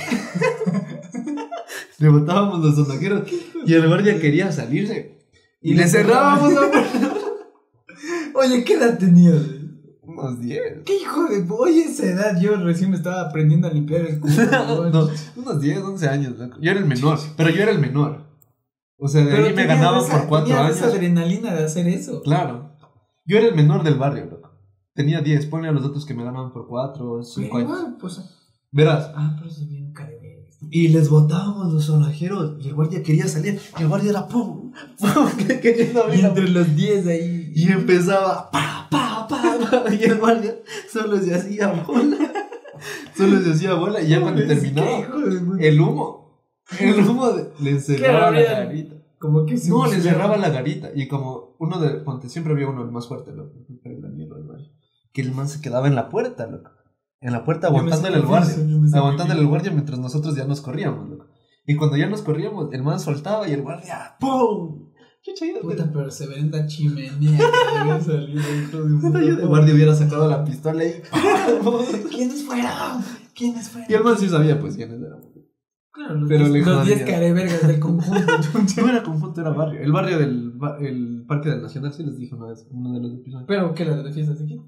Speaker 2: le botábamos los sonajeros y el guardia quería salirse. Y, le cerrábamos la puerta.
Speaker 1: Oye, ¿qué edad tenías?
Speaker 2: Unos 10.
Speaker 1: ¿Qué hijo de.? Oye, esa edad yo recién me estaba aprendiendo a limpiar el culo. weón.
Speaker 2: No, unos 10, 11 años. loco. Yo era el menor, pero yo era el menor. O sea, de ahí me
Speaker 1: tenías
Speaker 2: ganaban
Speaker 1: esa-
Speaker 2: por 4
Speaker 1: tenías
Speaker 2: años.
Speaker 1: esa adrenalina de hacer eso.
Speaker 2: Claro. Yo era el menor del barrio, loco. Tenía 10, ponle a los otros que me ganaban por 4,
Speaker 1: Pero
Speaker 2: 5 años.
Speaker 1: igual, pues.
Speaker 2: Verás,
Speaker 1: Ah, pero se bien un careverga.
Speaker 2: Y les botábamos los sonajeros. Y el guardia quería salir. Y el guardia era pum, pum, que- queriendo
Speaker 4: Y
Speaker 2: abrir la
Speaker 4: entre los 10 ahí.
Speaker 2: y empezaba pa, pa, pa, pa, y el guardia solo se hacía bola. Solo se hacía bola y ya cuando terminaba el humo, el humo de- le encerraba la
Speaker 4: había?
Speaker 2: garita.
Speaker 4: Como que se
Speaker 2: No, le
Speaker 4: buscaba.
Speaker 2: encerraba la garita y como uno de ponte siempre había uno el más fuerte, loco, pero la mierda, el guardia, que el man se quedaba en la puerta, loco. En la puerta
Speaker 4: Yo me
Speaker 2: aguantándole al
Speaker 4: sacrificio,
Speaker 2: guardia,
Speaker 4: yo me sacrificio.
Speaker 2: aguantándole al guardia mientras nosotros ya nos corríamos, loco. Y cuando ya nos corríamos, el man soltaba y el guardia ¡pum! Chucha, ya-
Speaker 4: Puta, pero se venda chimenea. que había salido, hijo de puta.
Speaker 2: Puta, yo de guardia hubiera sacado la pistola y.
Speaker 4: ¿Quiénes fueron? ¿Quiénes fueron?
Speaker 2: y el man sí sabía, pues, quiénes eran.
Speaker 4: Claro, los
Speaker 2: Pero le
Speaker 4: diez- los 10
Speaker 2: jodía.
Speaker 4: carevergas del conjunto.
Speaker 2: No era conjunto, era barrio. El barrio del ba- el Parque del Nacional, sí les dije una vez, en uno de los episodios.
Speaker 4: pero que la de la fiesta de aquí.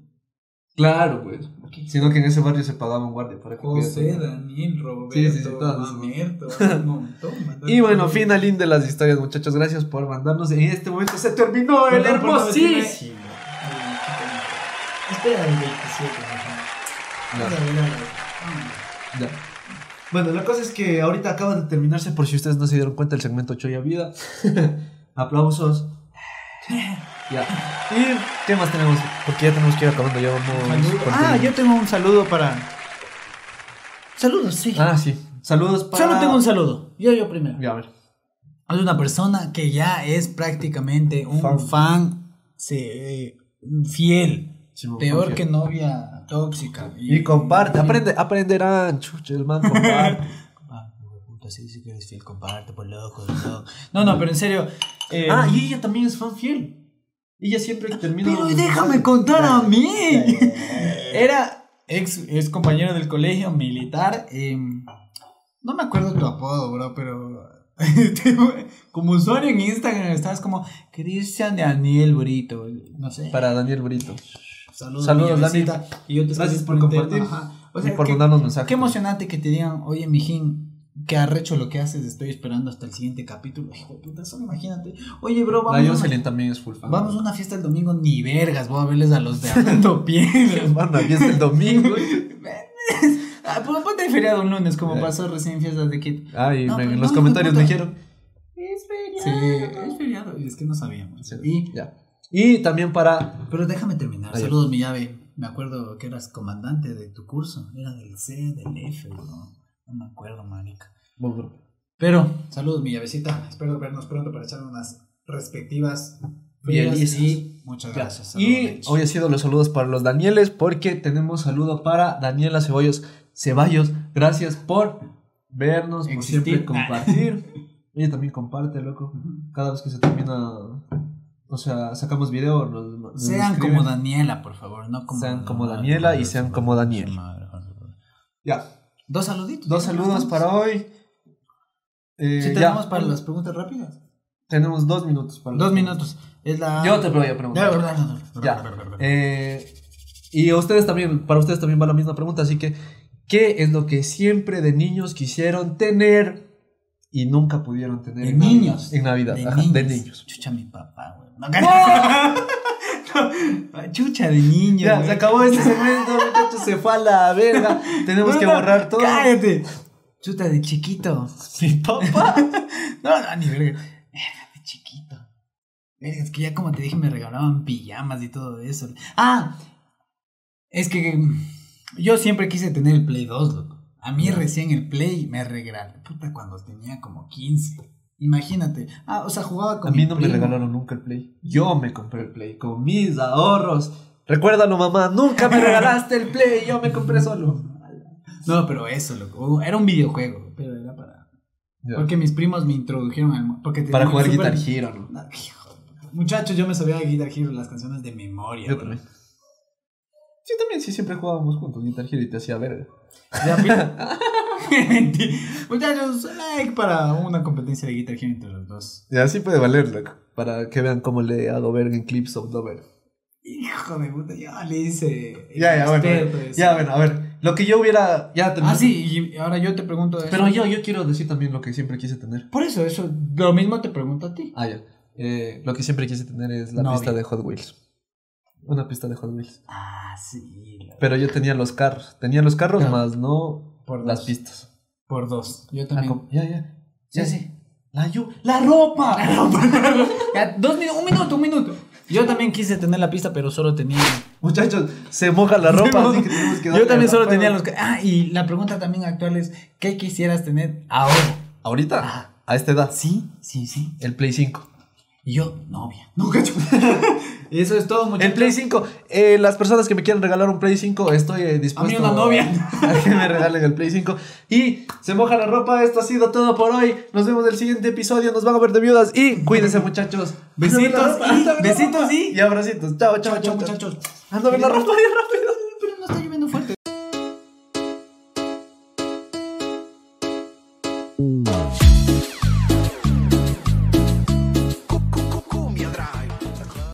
Speaker 2: Claro, pues. Sino que en ese barrio se pagaba un guardia para que
Speaker 1: Oh,
Speaker 4: José,
Speaker 2: cuidara.
Speaker 4: Daniel, Roberto,
Speaker 2: Sí, sí, sí, todos.
Speaker 4: Mamerto, un montón.
Speaker 2: Y bueno, finalín de las historias, muchachos. Gracias por mandarnos. En este momento se terminó el
Speaker 4: Perdón por no
Speaker 2: hermosísimo.
Speaker 4: decirme- Ay, qué pena. Espera el 27, mejor.
Speaker 2: Ya,
Speaker 4: Dale, dale. Ah,
Speaker 2: ya. Bueno, la cosa es que ahorita acaba de terminarse, por si ustedes no se dieron cuenta, el segmento Choya Vida. Aplausos. Ya. ¿Y qué más tenemos? Porque ya tenemos que ir acabando. Ya vamos.
Speaker 4: Saludos.
Speaker 2: por
Speaker 1: Ah,
Speaker 2: el-
Speaker 1: yo tengo un saludo para. Saludos, sí.
Speaker 2: Ah, sí. Saludos para.
Speaker 1: Solo tengo un saludo. Yo, yo primero.
Speaker 2: Ya, a ver.
Speaker 1: Es una persona que ya es prácticamente un
Speaker 2: Fan.
Speaker 1: fan, se- eh, fiel. Peor que novia tóxica.
Speaker 2: Y comparte. Aprende, aprenderán. Chuche, el man comparte.
Speaker 1: Ah, puta, sí, sí que eres fiel, comparte, pues, por loco. No, no, no, pero en serio. eh,
Speaker 2: ah, y ella también es fan fiel. Ella siempre termina.
Speaker 1: Ah, Pero déjame contar a mí. Era ex, ex compañero del colegio militar. eh, no me acuerdo tu apodo, bro, pero. como usuario en Instagram estabas como Cristian de Daniel Brito. No sé.
Speaker 2: Para Daniel Brito.
Speaker 1: Saludos,
Speaker 2: Saludos,
Speaker 1: mi
Speaker 2: Dani.
Speaker 1: llavecita. Y yo te
Speaker 2: Gracias
Speaker 1: escribí
Speaker 2: por
Speaker 1: un tema,
Speaker 2: compartir
Speaker 1: ajá. O
Speaker 2: y
Speaker 1: sea,
Speaker 2: por
Speaker 1: qué,
Speaker 2: mandarnos mensajes.
Speaker 1: qué emocionante que te digan, oye, mijín, qué arrecho lo que haces, estoy esperando hasta el siguiente capítulo. Hijo de puta, solo imagínate. Oye, bro,
Speaker 2: La
Speaker 1: vamos. a-
Speaker 2: Jocelyn también es full fan.
Speaker 1: Vamos a una fiesta el domingo, ni vergas, voy a verles a los de Hablando Piedras.
Speaker 2: Van a fiesta el domingo.
Speaker 1: Ah, pues ponte de feriado un lunes, como
Speaker 2: Ya.
Speaker 1: pasó recién fiestas de Quito.
Speaker 2: Ay,
Speaker 1: No,
Speaker 2: me-
Speaker 1: pero
Speaker 2: en
Speaker 1: no,
Speaker 2: los
Speaker 1: hijo de
Speaker 2: comentarios
Speaker 1: puta.
Speaker 2: dijeron.
Speaker 1: Es
Speaker 2: Sí.
Speaker 1: es feriado. Y Es que no sabíamos.
Speaker 2: Sí,
Speaker 1: Y-
Speaker 2: ya. Y también para.
Speaker 1: pero déjame terminar.
Speaker 2: Ahí.
Speaker 1: Saludos, mi llave. Me acuerdo que eras comandante de tu curso. Era del C, del F, no, no me acuerdo, marica. Pero, saludos, mi llavecita. Espero vernos pronto para echar unas respectivas frías.
Speaker 2: Mielizas.
Speaker 1: Y muchas gracias.
Speaker 2: Ya. Y
Speaker 1: Saludos, Mitch.
Speaker 2: hoy ha sido los saludos para los Danieles, porque tenemos saludo para Daniela Ceballos. Ceballos, gracias por vernos, por
Speaker 1: Existir.
Speaker 2: siempre compartir. Ella también comparte, loco. Cada vez que se termina, o sea, sacamos video, nos, nos
Speaker 1: Sean
Speaker 2: escriben.
Speaker 1: como Daniela, por favor, no como
Speaker 2: Sean como Daniela y sean como Daniel. Ya,
Speaker 1: Dos saluditos.
Speaker 2: dos saludos para hoy. Eh,
Speaker 1: Si
Speaker 2: ya.
Speaker 1: tenemos para las preguntas rápidas.
Speaker 2: Tenemos dos minutos para
Speaker 1: Dos minutos. Es la.
Speaker 2: Yo te voy a preguntar. Ya. Eh, y a ustedes también, para ustedes también va la misma pregunta, así que, ¿qué es lo que siempre de niños quisieron tener y nunca pudieron tener?
Speaker 1: De
Speaker 2: en Navidad?
Speaker 1: niños.
Speaker 2: En Navidad,
Speaker 1: De,
Speaker 2: ajá,
Speaker 1: niños.
Speaker 2: de niños.
Speaker 1: Chucha mi papá, güey. No, no, Chucha de niños.
Speaker 2: Ya,
Speaker 1: güey.
Speaker 2: se acabó este segmento, muchachos, se fue a la verga. Tenemos que
Speaker 1: No, no,
Speaker 2: borrar todo.
Speaker 1: Cállate. Chuta de chiquito.
Speaker 2: Mi papá.
Speaker 1: No, no, ni verga. Verga, de chiquito. Verga, es que ya como te dije, me regalaban pijamas y todo eso. Ah, es que mm, yo siempre quise tener el Play 2, loco. A mí recién el Play me regalaron. Puta, cuando tenía como 15. Imagínate. Ah, o sea, jugaba con
Speaker 2: A
Speaker 1: mi
Speaker 2: mí no me
Speaker 1: primo.
Speaker 2: regalaron nunca el Play. Yo me compré el Play con mis ahorros. Recuérdalo, mamá, nunca me regalaste el Play, yo me compré solo.
Speaker 1: No, pero eso, loco. Oh, Era un videojuego, pero era para... Porque mis primos me introdujeron al... Porque
Speaker 2: Para
Speaker 1: tenían
Speaker 2: jugar
Speaker 1: el Super-
Speaker 2: Guitar Hero, ¿no?
Speaker 1: No, hijo de puta. Muchachos, yo me sabía Guitar Hero las canciones de memoria.
Speaker 2: Yo
Speaker 1: bro.
Speaker 2: también. Sí, también, sí, siempre jugábamos juntos Guitar Hero y te hacía verga.
Speaker 1: Ya, pues. Mentira. Muchachos, like para una competencia de Guitar Hero entre los dos.
Speaker 2: Y así puede valer, loco. Para que vean cómo le hago verga en clips of Dover.
Speaker 1: Hijo de puta, ya le hice. el
Speaker 2: Ya, ya, bueno.
Speaker 1: experto de eso.
Speaker 2: Ya, bueno, a ver. Lo que yo hubiera. Ya
Speaker 1: Ah,
Speaker 2: terminé.
Speaker 1: sí, y ahora yo te pregunto eso.
Speaker 2: Pero yo, yo quiero decir también lo que siempre quise tener.
Speaker 1: Por eso, eso, lo mismo te pregunto a ti.
Speaker 2: Ah, ya. Eh, lo que siempre quise tener es la
Speaker 1: Novia.
Speaker 2: pista de Hot Wheels. Una pista de Hot Wheels.
Speaker 1: Ah, sí. la- Ah.
Speaker 2: Pero yo tenía los carros. Tenía los carros
Speaker 1: Claro.
Speaker 2: más no
Speaker 1: Por
Speaker 2: las
Speaker 1: dos.
Speaker 2: pistas.
Speaker 1: Por dos. Yo
Speaker 2: Ah,
Speaker 1: también.
Speaker 2: com- Ya, ya.
Speaker 1: Sí, sí.
Speaker 2: La, yu- la ropa.
Speaker 1: La ropa. Ya, dos minutos, un minuto, un minuto. Yo también quise tener la pista, pero solo tenía.
Speaker 2: Muchachos, se moja la ropa. así que tenemos que darle
Speaker 1: Yo también
Speaker 2: la
Speaker 1: solo
Speaker 2: ropa.
Speaker 1: tenía los. que- Ah, y la pregunta también actual es: ¿qué quisieras tener ahora?
Speaker 2: Ahorita,
Speaker 1: Ah.
Speaker 2: a esta edad,
Speaker 1: Sí, sí, sí.
Speaker 2: el Play 5.
Speaker 1: Y yo, novia.
Speaker 5: No, cacho. Eso es todo,
Speaker 2: El
Speaker 5: muchachos.
Speaker 2: Play 5, eh, las personas que me quieran regalar un Play 5, estoy eh, dispuesto
Speaker 1: una novia.
Speaker 2: a que me regalen el Play 5. Y se moja la ropa, esto ha sido todo por hoy. Nos vemos en el siguiente episodio, nos van a ver de viudas y cuídense muchachos.
Speaker 1: Besitos y. Besitos y.
Speaker 2: Y abracitos. Chao, chao,
Speaker 5: Chao,
Speaker 2: chao,
Speaker 5: chao,
Speaker 2: muchachos.
Speaker 5: muchachos.
Speaker 2: Ando a ver la ropa bien rápido.
Speaker 5: Pero no está lloviendo fuerte.
Speaker 6: Mm.